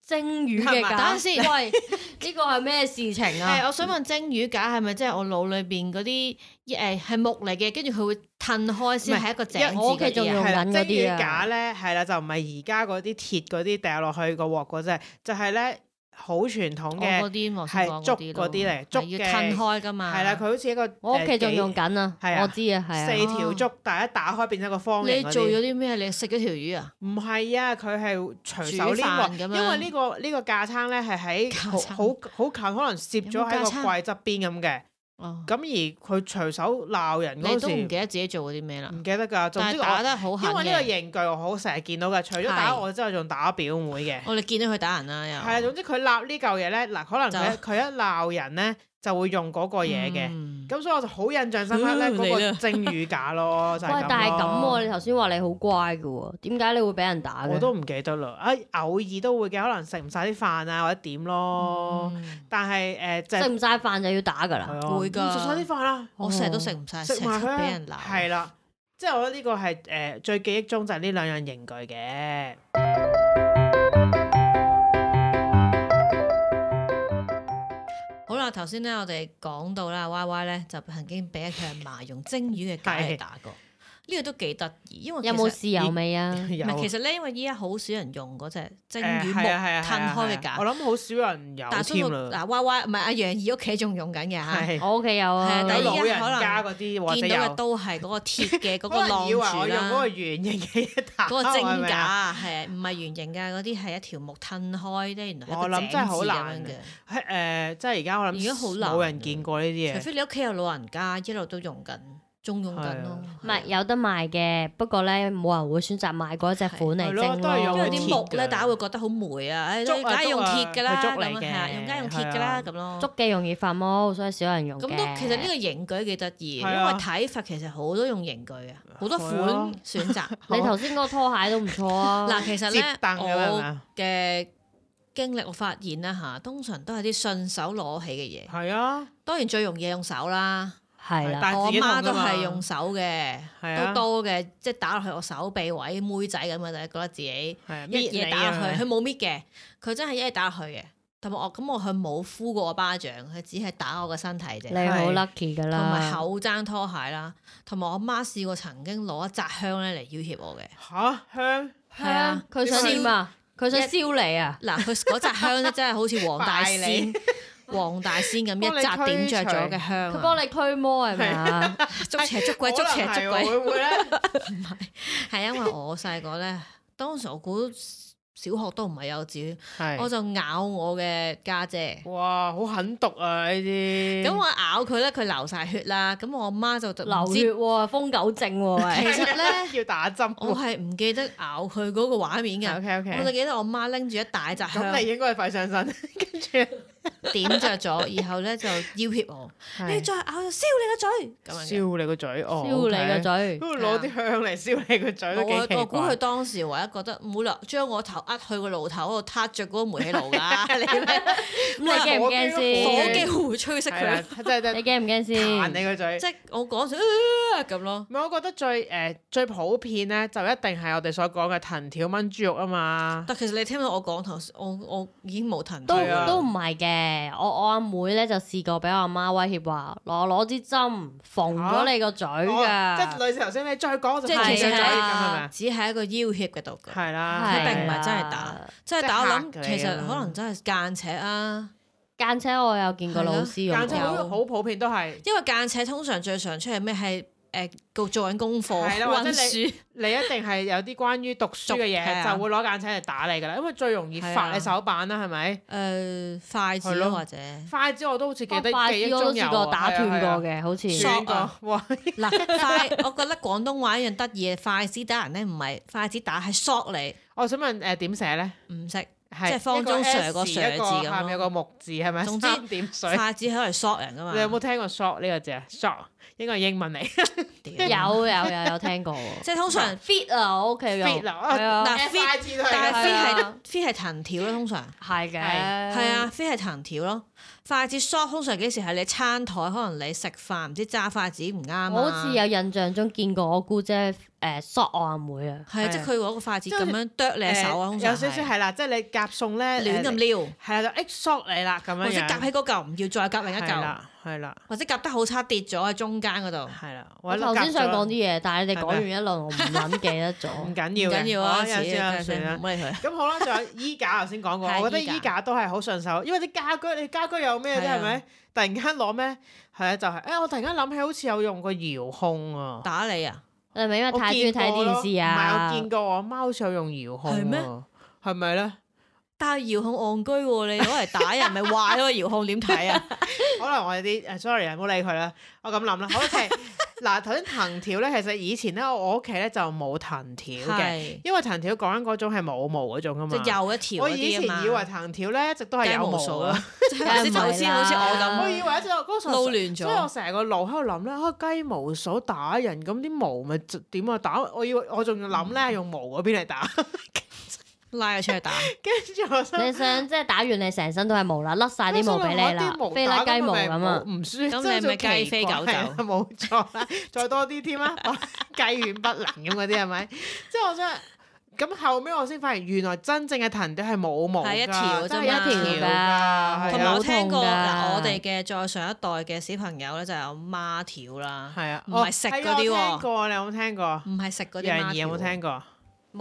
Speaker 2: 蒸魚嘅
Speaker 3: 係咪
Speaker 2: 架。
Speaker 4: 等陣先
Speaker 2: 喂，呢個係咩事情啊
Speaker 4: 誒，？我想問蒸魚架係咪即係我腦裏邊嗰啲誒係木嚟嘅，跟住佢會褪開先
Speaker 3: 唔係
Speaker 4: 係一個井字
Speaker 3: 因為
Speaker 2: 我屋企
Speaker 4: 嗰啲
Speaker 2: 仲
Speaker 4: 啊
Speaker 2: 用
Speaker 3: 係啦，
Speaker 2: 緊
Speaker 3: 蒸
Speaker 2: 嗰啲啊
Speaker 3: 魚架咧，係啦，就唔係而家嗰啲鐵嗰啲掉落去個鑊嗰隻，就係咧好傳統
Speaker 4: 我
Speaker 3: 嘅，
Speaker 4: 嗰啲我
Speaker 3: 係
Speaker 4: 先講
Speaker 3: 竹
Speaker 4: 咯
Speaker 3: 嗰啲嚟竹
Speaker 4: 係要
Speaker 3: 嘅
Speaker 4: 褪開啊噶嘛，
Speaker 3: 係啦，佢好似一個
Speaker 2: 我屋企仲
Speaker 3: 誒
Speaker 2: 用
Speaker 3: 幾
Speaker 2: 緊啊
Speaker 3: 係啊，
Speaker 2: 我知啊，係
Speaker 3: 四
Speaker 2: 啊，
Speaker 3: 條竹，但係一打開變咗一個方形
Speaker 4: 你
Speaker 3: 嗰
Speaker 4: 做
Speaker 3: 啲
Speaker 4: 咗啲咩？你食咗條魚啊？
Speaker 3: 唔係啊，佢係隨手
Speaker 4: 煮
Speaker 3: 呢
Speaker 4: 飯
Speaker 3: 個，
Speaker 4: 咁樣
Speaker 3: 因為呢、個呢、個架撐咧係
Speaker 4: 架
Speaker 3: 喺好
Speaker 4: 撐
Speaker 3: 好好近，可能攝
Speaker 4: 有
Speaker 3: 咗
Speaker 4: 冇
Speaker 3: 喺個
Speaker 4: 架撐
Speaker 3: 櫃側邊咁嘅。
Speaker 4: 哦，
Speaker 3: 咁而佢隨手鬧人
Speaker 4: 你
Speaker 3: 嗰
Speaker 4: 都唔
Speaker 3: 時
Speaker 4: 記得自己做過啲咩啦
Speaker 3: 唔，記得㗎，總
Speaker 4: 但
Speaker 3: 之
Speaker 4: 係打
Speaker 3: 我
Speaker 4: 得好狠
Speaker 3: 因為呢個
Speaker 4: 嘅。
Speaker 3: 刑具我好成日見到㗎，除咗打
Speaker 4: 係
Speaker 3: 我之後，仲打表妹嘅。
Speaker 4: 我哋見到佢打人啦，又
Speaker 3: 係啊，總之佢鬧呢嚿嘢咧，嗱，可能佢佢一鬧人咧就會用嗰個嘢嘅。
Speaker 4: 嗯
Speaker 3: 咁所以我就好印象深刻
Speaker 4: *laughs*
Speaker 3: 咧，
Speaker 4: 嗯
Speaker 3: 嗰
Speaker 4: 嚟
Speaker 3: 個
Speaker 4: 啦
Speaker 3: 蒸魚架咯，
Speaker 4: *laughs*
Speaker 3: 就
Speaker 2: 喂
Speaker 3: 係咁，
Speaker 2: 但係咁
Speaker 3: 咯
Speaker 2: 喎，你頭先話你好乖嘅喎，點解你會俾人打嘅？
Speaker 3: 我都唔記得啦。啊，偶爾都會嘅，可能食唔晒啲飯啊，或者點咯。
Speaker 4: 嗯
Speaker 3: 但係誒、呃就
Speaker 2: 食
Speaker 3: 係
Speaker 2: 唔晒飯就要打㗎啦。
Speaker 3: 啊
Speaker 4: 會㗎
Speaker 3: 食晒啲飯啦，
Speaker 4: 我成日都食唔晒，成
Speaker 3: 食埋
Speaker 4: 日
Speaker 3: 佢
Speaker 4: 都
Speaker 3: 啊
Speaker 4: 俾人鬧。
Speaker 3: 係啦，即係我覺得呢個係誒、呃最記憶中就係呢兩樣刑具嘅。
Speaker 4: 好啦，頭先咧我哋講到啦，Y Y 咧就曾經俾佢阿嫲用蒸魚嘅架
Speaker 3: 係
Speaker 4: 嚟打過，呢個都幾得意，
Speaker 3: 哦
Speaker 4: 因為
Speaker 2: 有
Speaker 4: 其
Speaker 2: 冇
Speaker 4: 實
Speaker 2: 豉油味
Speaker 3: *laughs*
Speaker 2: 啊？
Speaker 4: 嗯唔係，其
Speaker 3: 有
Speaker 4: 實咧，因為依家好少人用嗰只蒸
Speaker 3: 誒
Speaker 4: 魚木
Speaker 3: 係啊係啊
Speaker 4: 褪
Speaker 3: 係啊
Speaker 4: 開嘅
Speaker 3: 係啊我
Speaker 4: 架，
Speaker 3: 諗好少人有
Speaker 4: 但係
Speaker 3: 添
Speaker 4: 雖
Speaker 3: 啦。
Speaker 4: 嗱 Y Y 唔係阿楊怡屋企仲用緊嘅
Speaker 3: *laughs*
Speaker 4: 嚇，
Speaker 3: 係
Speaker 2: 我屋企有啊
Speaker 4: 係啊，但
Speaker 3: 有
Speaker 4: 係
Speaker 3: 老人
Speaker 4: 依家可能
Speaker 3: 家嗰啲或者
Speaker 4: 見到嘅
Speaker 3: 有。
Speaker 4: 都係嗰個鐵
Speaker 3: *laughs*
Speaker 4: 嘅嗰個
Speaker 3: 可能
Speaker 4: 浪
Speaker 3: 以為我
Speaker 4: 柱
Speaker 3: 用嗰個
Speaker 4: 啦，
Speaker 3: 圓形嘅嘢打
Speaker 4: 嗰個
Speaker 3: 我係
Speaker 4: 蒸
Speaker 3: 咪啊
Speaker 4: 架係唔係圓形㗎？嗰啲係一條木褪開咧，原來係
Speaker 3: 我
Speaker 4: 一個
Speaker 3: 諗
Speaker 4: 井字
Speaker 3: 真係好
Speaker 4: 咁樣
Speaker 3: 難
Speaker 4: 嘅。
Speaker 3: 係誒，即係而家我諗
Speaker 4: 而家好難啊
Speaker 3: 冇人見過呢啲
Speaker 4: 除
Speaker 3: 嘢。
Speaker 4: 非你屋企有老人家，一路都用緊，仲用緊咯
Speaker 3: 係啊。
Speaker 2: 唔係有得賣嘅，不過咧冇人會選擇買嗰只款嚟
Speaker 3: 係咯
Speaker 2: 蒸
Speaker 3: 都係
Speaker 4: 因
Speaker 3: 用
Speaker 2: 咯
Speaker 4: 為
Speaker 3: 嗰
Speaker 4: 啲
Speaker 3: 鐵
Speaker 4: 木咧，
Speaker 3: 㗎
Speaker 4: 大家會覺得好霉啊！唉，
Speaker 3: 竹啊
Speaker 4: 梗係用
Speaker 3: 竹啊
Speaker 4: 鐵㗎啦，
Speaker 3: 係
Speaker 4: 咁
Speaker 3: 竹嚟
Speaker 4: 樣
Speaker 3: 嘅
Speaker 4: 係啊，用梗係用鐵㗎
Speaker 3: 係
Speaker 4: 啦，
Speaker 3: 啊
Speaker 4: 咁咯。
Speaker 2: 竹嘅容易發毛，所以少人用
Speaker 4: 咁
Speaker 2: 嘅
Speaker 4: 都其實呢個刑具都幾得意，因
Speaker 3: 係
Speaker 4: 為
Speaker 3: 啊
Speaker 4: 睇法其實好多用刑具啊，好多款
Speaker 3: 係啊
Speaker 4: 選
Speaker 3: *laughs*
Speaker 4: 擇。
Speaker 2: 你頭先嗰個拖鞋都唔錯啊。
Speaker 4: 嗱，其實
Speaker 3: 接
Speaker 4: 咧
Speaker 3: 凳咁樣係咪
Speaker 4: 我
Speaker 3: 啊
Speaker 4: 嘅經歷，我發現啦嚇，通常都係啲順手攞起嘅嘢。
Speaker 3: 係啊，
Speaker 4: 當然最容易係用手啦，
Speaker 2: 係啦，
Speaker 4: 我
Speaker 3: 但係
Speaker 4: 阿
Speaker 3: 自己弄㗎
Speaker 4: 媽都
Speaker 3: 嘛
Speaker 4: 係用手嘅，
Speaker 3: 係啊
Speaker 4: 都多嘅，即係打落去我手臂位，妹仔咁啊嘅就覺得自己
Speaker 3: 係啊
Speaker 4: 一
Speaker 3: 搣
Speaker 4: 嘢
Speaker 3: 你
Speaker 4: 打落
Speaker 3: 啊
Speaker 4: 去，佢冇搣嘅，佢真係一嘢打落去嘅。同埋我咁我佢冇敷過我巴掌，佢只係打我個身體啫。
Speaker 2: 你好 lucky 㗎
Speaker 4: 同埋
Speaker 2: 啦。
Speaker 4: 口踭拖鞋啦，同埋我媽試過曾經攞一扎香咧嚟要挾我嘅。
Speaker 3: 嚇香
Speaker 2: 係啊，佢想點啊？佢想燒你啊？
Speaker 4: 嗱，佢嗰扎香
Speaker 3: *laughs*
Speaker 4: 咧真係好似黃大仙、黃大仙咁一扎點着咗嘅香
Speaker 2: 佢
Speaker 4: 啊，
Speaker 2: 幫你驅魔係咪啊？
Speaker 4: *laughs* 捉邪捉鬼、捉邪
Speaker 3: 哎可能係
Speaker 4: 捉
Speaker 3: 喎
Speaker 4: 鬼。
Speaker 3: 會唔會咧？
Speaker 4: *laughs* 係因為我細個咧，當時我估小學都唔係幼稚園，我
Speaker 3: 係
Speaker 4: 就咬我嘅家姐。
Speaker 3: 哇，好狠毒啊！呢啲
Speaker 4: 咁我咬佢咧，佢流晒血啦。咁我阿媽就唔
Speaker 2: 流
Speaker 4: 知
Speaker 2: 血喎，瘋狗症喎，
Speaker 3: *laughs*
Speaker 4: 其
Speaker 2: 喂
Speaker 4: 實咧
Speaker 3: 要打針
Speaker 4: 我係唔記得咬佢嗰個畫面嘅，
Speaker 3: OK
Speaker 4: 我就
Speaker 3: OK，
Speaker 4: 記得我媽拎住一大扎香
Speaker 3: 咁你應該係快上身，跟住
Speaker 4: *laughs* 點着咗，然後咧就要挾我，你再咬就燒你個嘴咁樣嘅。
Speaker 3: 燒你個嘴，哦，
Speaker 2: 燒你個
Speaker 3: OK，
Speaker 2: 嘴。
Speaker 3: 咁攞啲香嚟燒你個嘴都
Speaker 4: 我
Speaker 3: 幾
Speaker 4: 啊我
Speaker 3: 奇
Speaker 4: 估佢
Speaker 3: 怪。
Speaker 4: 當時唯一覺得冇理由將我頭呃去個爐頭嗰度撻着嗰個煤氣爐
Speaker 3: *laughs*
Speaker 4: 㗎，你咩
Speaker 2: 咁你驚唔驚先？
Speaker 4: 火機會吹熄
Speaker 3: 啊係啦，
Speaker 4: 佢？
Speaker 3: 真係真
Speaker 2: 你
Speaker 3: 係
Speaker 2: 驚唔驚
Speaker 3: 彈
Speaker 2: 先？
Speaker 3: 你個嘴
Speaker 4: 即。係我講咗啊咁咯。
Speaker 3: 唔係，我覺得最誒、呃最普遍咧，就一定係我哋所講嘅藤條炆豬肉啊嘛。
Speaker 4: 但其實你聽到我講頭先，我我已經冇騰
Speaker 2: 都
Speaker 3: 係啊
Speaker 2: 都唔係嘅，嘅，我我阿妹咧就試過俾我阿媽威脅話，攞攞支針縫咗你個嘴
Speaker 3: 哦即
Speaker 2: 㗎，
Speaker 3: 係類似頭先你再講我就
Speaker 4: 即
Speaker 3: 拍
Speaker 4: 係
Speaker 3: 你
Speaker 4: 其
Speaker 3: 隻
Speaker 4: 實
Speaker 3: 嘴咁係咪
Speaker 4: 係
Speaker 3: 啊？
Speaker 4: 只係一個要挟嘅道具，
Speaker 3: 係啦，
Speaker 2: 係
Speaker 4: 佢並唔係真係打
Speaker 2: 啊。
Speaker 4: 即係打我諗
Speaker 3: 即係嚇佢
Speaker 4: 其實
Speaker 3: 咁樣
Speaker 4: 可能真係間尺啊，
Speaker 2: 間且我有見過老師用
Speaker 3: 間中
Speaker 2: 過，
Speaker 3: 好好普遍都係
Speaker 4: 因為間尺通常最常出係咩係誒做做緊功課、
Speaker 3: 係啦或者
Speaker 4: 温
Speaker 3: 你
Speaker 4: 書，
Speaker 3: 你一定係有啲關於讀
Speaker 4: *laughs*
Speaker 3: 書嘅
Speaker 4: 讀係啊
Speaker 3: 嘢就會攞間尺嚟打你㗎啦，因為最容易
Speaker 4: 係啊嗯
Speaker 3: 發你手板啦，係咪？
Speaker 4: 誒筷子
Speaker 3: 係
Speaker 4: 咯
Speaker 3: 咯
Speaker 4: 或者
Speaker 3: 筷子我都好似記得
Speaker 2: 我筷子
Speaker 3: 記
Speaker 2: 我
Speaker 3: 憶
Speaker 2: 都
Speaker 3: 中有
Speaker 2: 試
Speaker 3: 啊
Speaker 2: 過打斷
Speaker 3: 係啊係啊
Speaker 2: 過嘅，好似
Speaker 4: 係啊
Speaker 3: 斷過哇！
Speaker 4: 嗱筷， *laughs* 我覺得廣東話一樣得意嘅筷子打人咧，唔係筷子打係索你，
Speaker 3: 我想問誒點寫咧？
Speaker 4: 唔識
Speaker 3: 係
Speaker 4: 即係方
Speaker 3: 一個
Speaker 4: 中
Speaker 3: S，
Speaker 4: Sir 個
Speaker 3: 一
Speaker 4: Sir 字咁
Speaker 3: 下
Speaker 4: 咯
Speaker 3: 面有個木字係咪？
Speaker 4: 總之
Speaker 3: 三點水。
Speaker 4: 筷子喺度索人噶嘛。
Speaker 3: 你有冇聽過 short 呢個字啊？short 應該係英文嚟
Speaker 4: *laughs* 屌
Speaker 2: 有有有有聽過喎
Speaker 4: 即係通常
Speaker 2: fit 啊，我屋企有
Speaker 3: ，fit
Speaker 2: 係
Speaker 3: 啊，
Speaker 2: 啊
Speaker 4: 嗱
Speaker 3: F
Speaker 4: fit，
Speaker 3: I T 都
Speaker 4: 但
Speaker 3: 係
Speaker 4: 係
Speaker 3: 啦。
Speaker 4: 飛
Speaker 2: 係
Speaker 4: 係
Speaker 2: 啊
Speaker 4: 飛係藤條咯，通常
Speaker 2: 係嘅，
Speaker 4: 係啊，飛係藤條咯。筷子 shot 通常幾時係你餐台，可能你食飯唔知揸筷子唔啱啊
Speaker 2: 我好似有印象中見過我姑姐誒索我阿妹啊，
Speaker 4: 係啊即係佢攞個筷子
Speaker 3: 即係好
Speaker 4: 咁
Speaker 3: 似
Speaker 4: 樣啄你隻手啊，
Speaker 3: 誒
Speaker 4: 通常
Speaker 3: 有少少係啦，即係你夾餸咧
Speaker 4: 亂咁
Speaker 3: 誒
Speaker 4: 撩，
Speaker 3: 係啦，就 X short 你啦咁樣
Speaker 4: 或者
Speaker 3: 樣。
Speaker 4: 夾起嗰嚿唔要再夾另
Speaker 3: 係
Speaker 4: 一嚿，
Speaker 3: 啦，係啦，
Speaker 4: 或者夾得好差跌咗喺中間嗰度。
Speaker 3: 係啦。
Speaker 2: 我
Speaker 3: 或者
Speaker 2: 頭先
Speaker 3: 夾
Speaker 2: 想
Speaker 3: 咗
Speaker 2: 講啲嘢，但係你哋
Speaker 3: 係
Speaker 2: 講
Speaker 3: 咪
Speaker 2: 完一輪，我唔撚記得咗。
Speaker 3: 唔
Speaker 4: 唔
Speaker 3: 緊要嘅，
Speaker 4: 緊要啊，
Speaker 3: 我有
Speaker 4: 遲啲
Speaker 3: 少
Speaker 4: 啊
Speaker 3: 少算啦
Speaker 4: 唔。好理
Speaker 3: *laughs*
Speaker 4: 佢。
Speaker 3: 咁好啦，仲有衣架頭先講過，
Speaker 4: 係
Speaker 3: 我覺得
Speaker 4: 衣架
Speaker 3: 衣架都係好順手，因為啲家居你家居有咩啫
Speaker 4: 係啊
Speaker 3: 係咪？突然間攞咩？係啊，就係、誒，我突然間諗起好似有用過遙控啊，
Speaker 4: 打你啊！
Speaker 2: 你係咪因為
Speaker 3: 我
Speaker 2: 太中意
Speaker 3: 見過
Speaker 2: 睇
Speaker 3: 咯
Speaker 2: 電視
Speaker 3: 唔係我
Speaker 2: 啊
Speaker 3: 見？過我媽好似有用遙控、啊，
Speaker 4: 係咩？
Speaker 3: 係咪咧？
Speaker 4: 但係遙控戇居喎，你攞嚟打人咪壞咯？遙控點
Speaker 3: *laughs*
Speaker 4: 睇啊？
Speaker 3: 可能我有啲誒，sorry 啊，唔好理佢啦，我咁諗啦。好，OK，嗱
Speaker 4: *laughs*
Speaker 3: 頭先藤條咧，其實以前咧我屋企咧就冇藤條嘅，
Speaker 4: 係
Speaker 3: 因為藤條講緊嗰種係冇毛嗰種噶
Speaker 4: 即
Speaker 3: 嘛。
Speaker 4: 係又一條
Speaker 3: 我
Speaker 4: 嗰
Speaker 3: 以
Speaker 4: 啲
Speaker 3: 前
Speaker 4: 啊嘛。
Speaker 3: 以為藤條咧一直都係有
Speaker 4: 雞毛
Speaker 3: 毛
Speaker 4: 掃
Speaker 3: 啊 *laughs*
Speaker 4: 啊。即係好
Speaker 2: 梗係唔
Speaker 4: 似
Speaker 2: 係
Speaker 4: 好似好似
Speaker 2: 啦
Speaker 4: 我咁，
Speaker 3: 我以為一直嗰個純粹
Speaker 4: 撈亂
Speaker 3: *laughs* 所以我
Speaker 4: 咗。
Speaker 3: 成個腦喺度諗咧，啊雞毛掃打人，咁啲毛咪就點啊打？我以為我仲諗
Speaker 4: 嗯
Speaker 3: 咧用毛嗰邊嚟打， *laughs*
Speaker 4: 拉佢出去打，
Speaker 3: 跟住我心
Speaker 2: 你想即係打完你成身都係毛啦，甩晒啲毛俾你
Speaker 3: 我心諗我啊
Speaker 2: 啦
Speaker 3: 啲毛，
Speaker 2: 飛甩
Speaker 3: 打
Speaker 2: 雞毛
Speaker 3: 咪
Speaker 2: 咁啊！
Speaker 3: 唔輸，
Speaker 4: 咁
Speaker 3: 真係
Speaker 4: 你
Speaker 3: 仲
Speaker 4: 咪
Speaker 3: 奇
Speaker 4: 雞飛狗走
Speaker 3: 怪啊 *laughs* 冇錯啦，再多啲添
Speaker 4: *laughs*
Speaker 3: 啦，雞犬不能咁嗰啲係咪？即係我想。咁後尾我先發現，原來真正嘅藤條係冇毛㗎，
Speaker 4: 係一條啫
Speaker 3: 真係
Speaker 4: 嘛
Speaker 3: 一條㗎，
Speaker 2: 係
Speaker 3: *laughs* 係
Speaker 4: 同埋
Speaker 3: 啊
Speaker 4: 我聽過
Speaker 2: 好痛㗎
Speaker 4: 嗱，我哋嘅再上一代嘅小朋友咧就有孖條啦，
Speaker 3: 係啊，
Speaker 4: 唔係食嗰啲喎
Speaker 3: 哦係啊我聽過，你有冇聽過？
Speaker 4: 唔係食嗰啲
Speaker 3: 楊
Speaker 4: 孖
Speaker 3: 怡有
Speaker 4: 條。啊
Speaker 3: 冇聽過？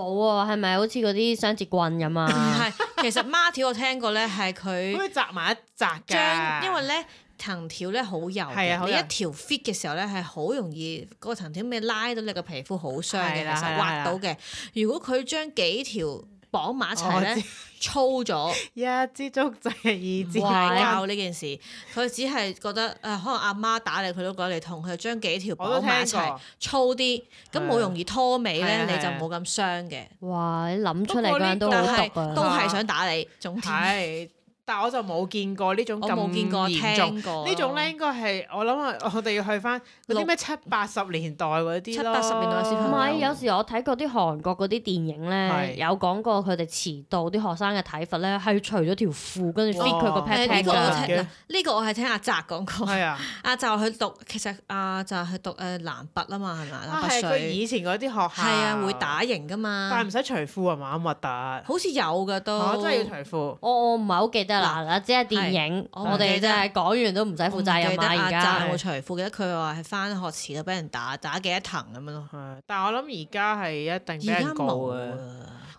Speaker 2: 冇啊，係咪好似嗰啲雙截棍咁
Speaker 4: 唔
Speaker 2: 啊？
Speaker 4: 係，其實孖條我聽過咧係
Speaker 3: 好 *laughs*
Speaker 4: 佢
Speaker 3: 似紮埋一紮㗎，
Speaker 4: 將，因為咧藤條咧好幼
Speaker 3: 係啊
Speaker 4: 嘅，
Speaker 3: 好
Speaker 4: 你
Speaker 3: 幼
Speaker 4: 一條 fit 嘅時候咧係好容易個藤條尾拉到你個皮膚好傷嘅，
Speaker 3: 係啦
Speaker 4: 其
Speaker 3: 係
Speaker 4: 實
Speaker 3: 啦
Speaker 4: 劃到嘅。如果佢將幾條綁埋一齊
Speaker 3: 我
Speaker 4: 咧， *laughs*
Speaker 3: *laughs*
Speaker 4: 粗咗。
Speaker 3: 一支竹仔，二支
Speaker 4: 唔係
Speaker 3: 間
Speaker 4: 教呢件事，佢只係覺得誒、呃可能阿媽打你，佢都覺得你痛，佢就將幾條
Speaker 3: 我都
Speaker 4: 綁
Speaker 3: 聽
Speaker 4: 埋一齊
Speaker 3: 過，
Speaker 4: 粗啲，咁
Speaker 3: 係
Speaker 4: 冇
Speaker 3: 啊
Speaker 4: 容易拖尾
Speaker 3: 係
Speaker 4: 咧，
Speaker 3: 啊
Speaker 4: 你
Speaker 3: 係
Speaker 4: 就
Speaker 3: 啊
Speaker 4: 冇咁傷嘅。
Speaker 2: 哇！你諗出嚟嗰
Speaker 3: 不過呢
Speaker 2: 人都好
Speaker 4: 但係
Speaker 2: 毒啊！
Speaker 4: 都係想打你，總之
Speaker 3: 係，但我就冇見過呢種
Speaker 4: 我
Speaker 3: 咁
Speaker 4: 冇見過
Speaker 3: 嚴重。
Speaker 4: 聽過
Speaker 3: 呢種咧應該係我諗啊，我哋要去翻嗰啲
Speaker 4: 六
Speaker 3: 咩七八十年代嗰啲
Speaker 4: 七八十年代先
Speaker 2: 唔
Speaker 4: 係
Speaker 2: 係，有時我睇過啲韓國嗰啲電影咧，
Speaker 3: 啊係
Speaker 2: 有講過佢哋遲到啲學生嘅體罰咧，係除咗條褲跟住 fit 佢個
Speaker 3: 哇
Speaker 2: pat
Speaker 4: 呢
Speaker 2: pat
Speaker 4: 個我
Speaker 2: 㗎
Speaker 4: 聽嗱呢個我係聽阿澤講過，
Speaker 3: 係啊，
Speaker 4: 阿澤去讀其實阿澤去讀誒南北啊嘛，係咪南
Speaker 3: 啊
Speaker 4: 北
Speaker 3: 係佢
Speaker 4: 水
Speaker 3: 以前嗰啲學校
Speaker 4: 係啊會，打型噶
Speaker 3: 但係
Speaker 4: 嘛
Speaker 3: 唔，使除褲啊嘛，咁核突，
Speaker 4: 好似有噶都，
Speaker 3: 我哦真係要除褲。
Speaker 2: 我我唔係好記得啦，嗱，只係電影，
Speaker 4: 我
Speaker 2: 我
Speaker 4: 唔記
Speaker 2: 哋
Speaker 4: 得
Speaker 2: 真係講完都唔使
Speaker 4: 我唔
Speaker 2: 負責
Speaker 4: 記
Speaker 2: 任
Speaker 4: 得
Speaker 3: 啊
Speaker 2: 啦，而
Speaker 4: 阿澤有
Speaker 2: 家
Speaker 4: 冇除褲，記得佢話係翻學遲就俾人打，打幾多藤咁樣咯。
Speaker 3: 係但係我諗而家係一定
Speaker 4: 而
Speaker 3: 俾
Speaker 4: 家
Speaker 3: 人告
Speaker 4: 冇
Speaker 3: 嘅。
Speaker 4: 啊，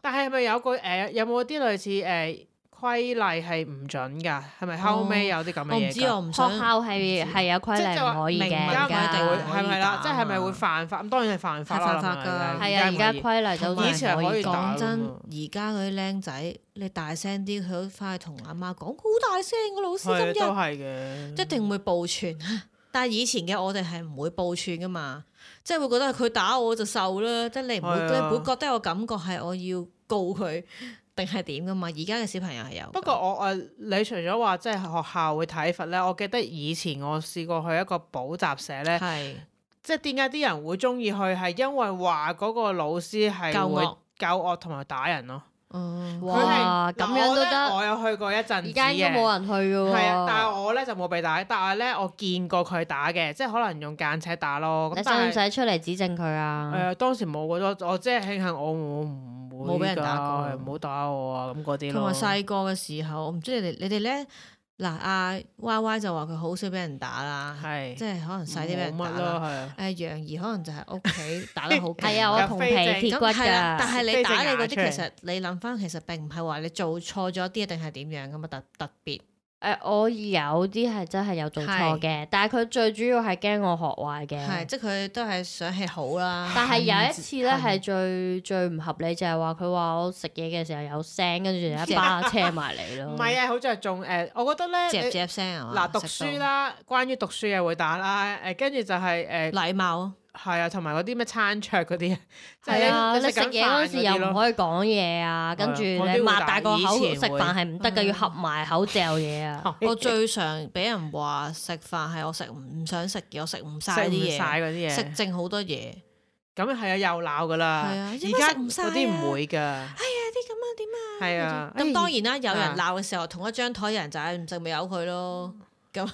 Speaker 3: 但係係咪有個誒？有冇啲類似誒規例係唔準㗎？係咪後尾有啲咁嘅
Speaker 4: 哦我唔
Speaker 3: 嘢
Speaker 4: 知啊
Speaker 3: 㗎？
Speaker 4: 我唔想
Speaker 2: 學校係係有規
Speaker 3: 即係
Speaker 2: 例唔
Speaker 3: 話
Speaker 2: 可以
Speaker 4: 明
Speaker 2: 嘅，
Speaker 4: 文
Speaker 3: 而家
Speaker 4: 而
Speaker 3: 咪一定
Speaker 4: 家
Speaker 3: 會係咪啦？
Speaker 4: 唔可以打
Speaker 3: 即係係咪會犯法？咁當然係犯法啦。
Speaker 4: 係犯法㗎
Speaker 2: 係啊，而家規例就
Speaker 4: 同埋
Speaker 3: 以前係可以打
Speaker 4: 講
Speaker 3: 㗎
Speaker 4: 真，
Speaker 3: 嘛
Speaker 4: 而家嗰啲僆仔，你大聲啲，佢都翻去同阿媽講，好大聲個老
Speaker 3: 係
Speaker 4: 師
Speaker 3: 都
Speaker 4: 今
Speaker 3: 係嘅。
Speaker 4: 日一定會報串。 *laughs* 但係以前嘅我哋係唔會報串噶嘛，即係會覺得佢打我就受啦，即係你唔會
Speaker 3: 係
Speaker 4: 你
Speaker 3: 啊
Speaker 4: 唔會覺得我感覺係我要告佢定係點噶嘛？而家嘅小朋友係有。
Speaker 3: 不過我誒，你除咗話即係學校會體罰咧，我記得以前我試過去一個補習社咧，
Speaker 4: 係
Speaker 3: 即係點解啲人會中意去係因為話嗰個老師係
Speaker 4: 夠
Speaker 3: 會
Speaker 4: 惡
Speaker 3: 教惡同埋打人咯。
Speaker 4: 哦
Speaker 3: 佢係
Speaker 2: 哇咁
Speaker 3: 嗱
Speaker 2: 樣
Speaker 3: 我
Speaker 2: 都
Speaker 3: 呢
Speaker 2: 得
Speaker 3: 我有去過一陣子
Speaker 2: 而家應該
Speaker 3: 嘅。
Speaker 2: 冇人去嘅
Speaker 3: 啊係啊，但係
Speaker 2: 喎。
Speaker 3: 我咧就冇被打，但係咧我見過佢打嘅，即係可能用間尺打咯。咁
Speaker 2: 你使
Speaker 3: 但
Speaker 2: 唔
Speaker 3: 係
Speaker 2: 使出嚟指證佢
Speaker 3: 誒、
Speaker 2: 啊？
Speaker 3: 當時冇嗰種，我即係慶幸我我唔會
Speaker 4: 冇俾人打過
Speaker 3: 㗎唔好打我啊咁嗰啲咯。
Speaker 4: 同埋細個嘅時候，我唔知你哋你哋咧嗱，阿 Y Y 就話佢好少俾人打啦，
Speaker 3: 係
Speaker 4: 即係可能細啲俾
Speaker 3: 冇乜
Speaker 4: 人打
Speaker 3: 咯，
Speaker 4: 啦。
Speaker 3: 係啊，
Speaker 4: 誒，楊怡可能就係屋企打得好勁，
Speaker 2: *laughs* 係啊，我
Speaker 3: 有
Speaker 2: 同皮
Speaker 3: 飛仔
Speaker 2: 鐵骨
Speaker 4: 咁係啦。但
Speaker 2: 㗎，
Speaker 4: 係你
Speaker 3: 飛隻
Speaker 4: 打你嗰
Speaker 3: 牙
Speaker 4: 啲，
Speaker 3: 出嚟
Speaker 4: 其實你諗翻，其實並唔係話你做錯咗啲，定係點樣咁啊？特特別
Speaker 2: 誒我有啲係真係有做錯
Speaker 4: 係
Speaker 2: 嘅，但係佢最主要係驚我學壞
Speaker 3: 嗯
Speaker 4: 係，
Speaker 2: 嘅。
Speaker 4: 即係佢都係想氣好啦。
Speaker 2: 但係有一次咧
Speaker 4: 恨
Speaker 2: 係最最唔合理，就係話佢話我食嘢嘅時候有聲，跟住就
Speaker 3: *laughs*
Speaker 2: 一巴車埋嚟咯。
Speaker 3: 唔係啊，好在仲誒，我覺得咧，
Speaker 4: 嚼
Speaker 3: 你
Speaker 4: 嚼聲啊嘛。
Speaker 3: 嗱讀
Speaker 4: 食到
Speaker 3: 書，啦，關於讀書嘅會打啦，誒跟住就係誒
Speaker 4: 禮貌啊
Speaker 3: 係啊，同埋嗰啲咩餐桌嗰啲，
Speaker 4: *laughs*
Speaker 3: 即
Speaker 2: 係啊，
Speaker 3: 係
Speaker 2: 你食
Speaker 3: 緊
Speaker 2: 嘢嗰
Speaker 3: 飯
Speaker 2: 時
Speaker 3: 啲
Speaker 2: 又
Speaker 3: 咯
Speaker 2: 唔可以講嘢啊，跟住你
Speaker 3: 係啊嗰啲會嗯
Speaker 2: 擘大
Speaker 3: 大
Speaker 2: 個口
Speaker 3: 以前
Speaker 2: 食飯係唔得㗎，
Speaker 4: 會
Speaker 2: 要合埋口嚼嘢啊。
Speaker 3: *laughs*
Speaker 4: 我最常俾人話食飯係我食唔唔想食嘅，我食唔
Speaker 3: 食
Speaker 4: 晒
Speaker 3: 唔
Speaker 4: 啲
Speaker 3: 晒
Speaker 4: 嘢，
Speaker 3: 嗰啲
Speaker 4: 食
Speaker 3: 嘢，
Speaker 4: 剩好多嘢。
Speaker 3: 咁係啊又鬧噶啦，
Speaker 4: 係啊
Speaker 3: 而
Speaker 4: 因為
Speaker 3: 家
Speaker 4: 食唔晒
Speaker 3: 嗰啲
Speaker 4: 啊
Speaker 3: 唔會噶，
Speaker 4: 啲咁啊點啊？
Speaker 3: 係啊，哎
Speaker 4: 咁當然啦，有人
Speaker 3: 啊
Speaker 4: 鬧嘅時候，同一張台有人就係唔食咪由佢咯。咁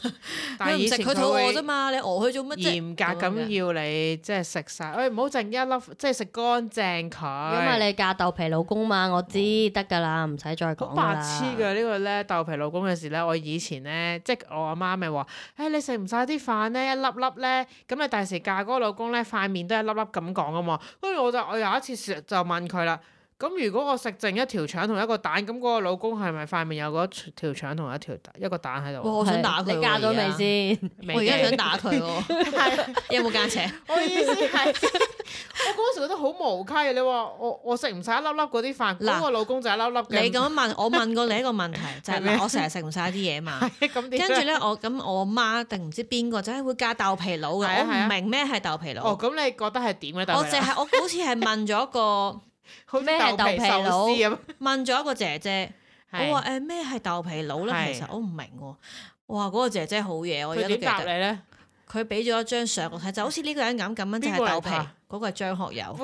Speaker 3: 但
Speaker 4: 佢
Speaker 3: 係
Speaker 4: 唔
Speaker 3: 以
Speaker 4: 食
Speaker 3: 前
Speaker 4: 佢肚餓啫
Speaker 3: 會
Speaker 4: 嘛，你餓佢做乜
Speaker 3: 嚴
Speaker 4: 啫？
Speaker 3: 格咁要你即係食晒，誒唔好剩一粒，即係食乾淨佢。
Speaker 2: 因為你嫁豆皮老公嘛，我知得㗎啦，唔使再講
Speaker 3: 哦好
Speaker 2: 㗎
Speaker 3: 白
Speaker 2: 啦。
Speaker 3: 痴㗎呢個咧豆皮老公嘅事咧，我以前咧即係我阿媽咪話：，誒、你食唔晒啲飯咧，一粒粒咧，咁你第時嫁嗰個老公咧，塊面都一粒粒咁講啊嘛。跟住我就我有一次食就問佢啦，咁如果我食剩一條腸同一個蛋，咁嗰個老公係咪塊面有嗰條腸同一條一個蛋喺
Speaker 4: 哇！
Speaker 3: 度？啊
Speaker 4: 我想打佢喎，
Speaker 2: 你嫁咗
Speaker 4: 而家？
Speaker 2: 未先？
Speaker 3: 未
Speaker 4: 我而家
Speaker 3: 嘅
Speaker 4: 想打
Speaker 3: *laughs*
Speaker 4: 佢喎，有冇間尺？
Speaker 3: 我意思
Speaker 4: *laughs*
Speaker 3: 係，我嗰時覺得好無稽啊！你話我我食唔晒一粒粒嗰啲飯，
Speaker 4: 嗱
Speaker 3: 嗰個老公就一粒粒嘅。
Speaker 4: 你咁樣問，我問過你一個問題，就係
Speaker 3: 係咩
Speaker 4: 嗱我成日食唔晒啲嘢
Speaker 3: *laughs*
Speaker 4: 嘛。
Speaker 3: 咁點
Speaker 4: 跟
Speaker 3: 啊
Speaker 4: 住咧，我咁我媽定唔知邊個就係會嫁豆皮佬嘅，
Speaker 3: 係啊係
Speaker 4: 我唔
Speaker 3: 啊
Speaker 4: 明咩係豆皮佬
Speaker 3: 哦，。咁你覺得係點咧？
Speaker 4: 我淨係我好似係問咗個
Speaker 3: 好似
Speaker 2: 咩係
Speaker 3: 豆皮
Speaker 2: 豆皮佬
Speaker 3: 壽司咁。
Speaker 4: 問咗一個姐姐，我
Speaker 3: 係
Speaker 4: 話哎誒咩係豆皮佬咧？
Speaker 3: 係
Speaker 4: 其實我唔明喎。哇！嗰個姐姐好嘢，我而
Speaker 3: 佢
Speaker 4: 家都
Speaker 3: 點
Speaker 4: 記
Speaker 3: 答
Speaker 4: 得
Speaker 3: 你。
Speaker 4: *laughs*
Speaker 3: 咧？
Speaker 4: 佢俾咗一張相我睇，就好似呢個人咁咁樣就
Speaker 3: 邊個
Speaker 4: 係
Speaker 3: 嚟
Speaker 4: 豆皮
Speaker 3: 拍，
Speaker 4: 嗰個係張學友。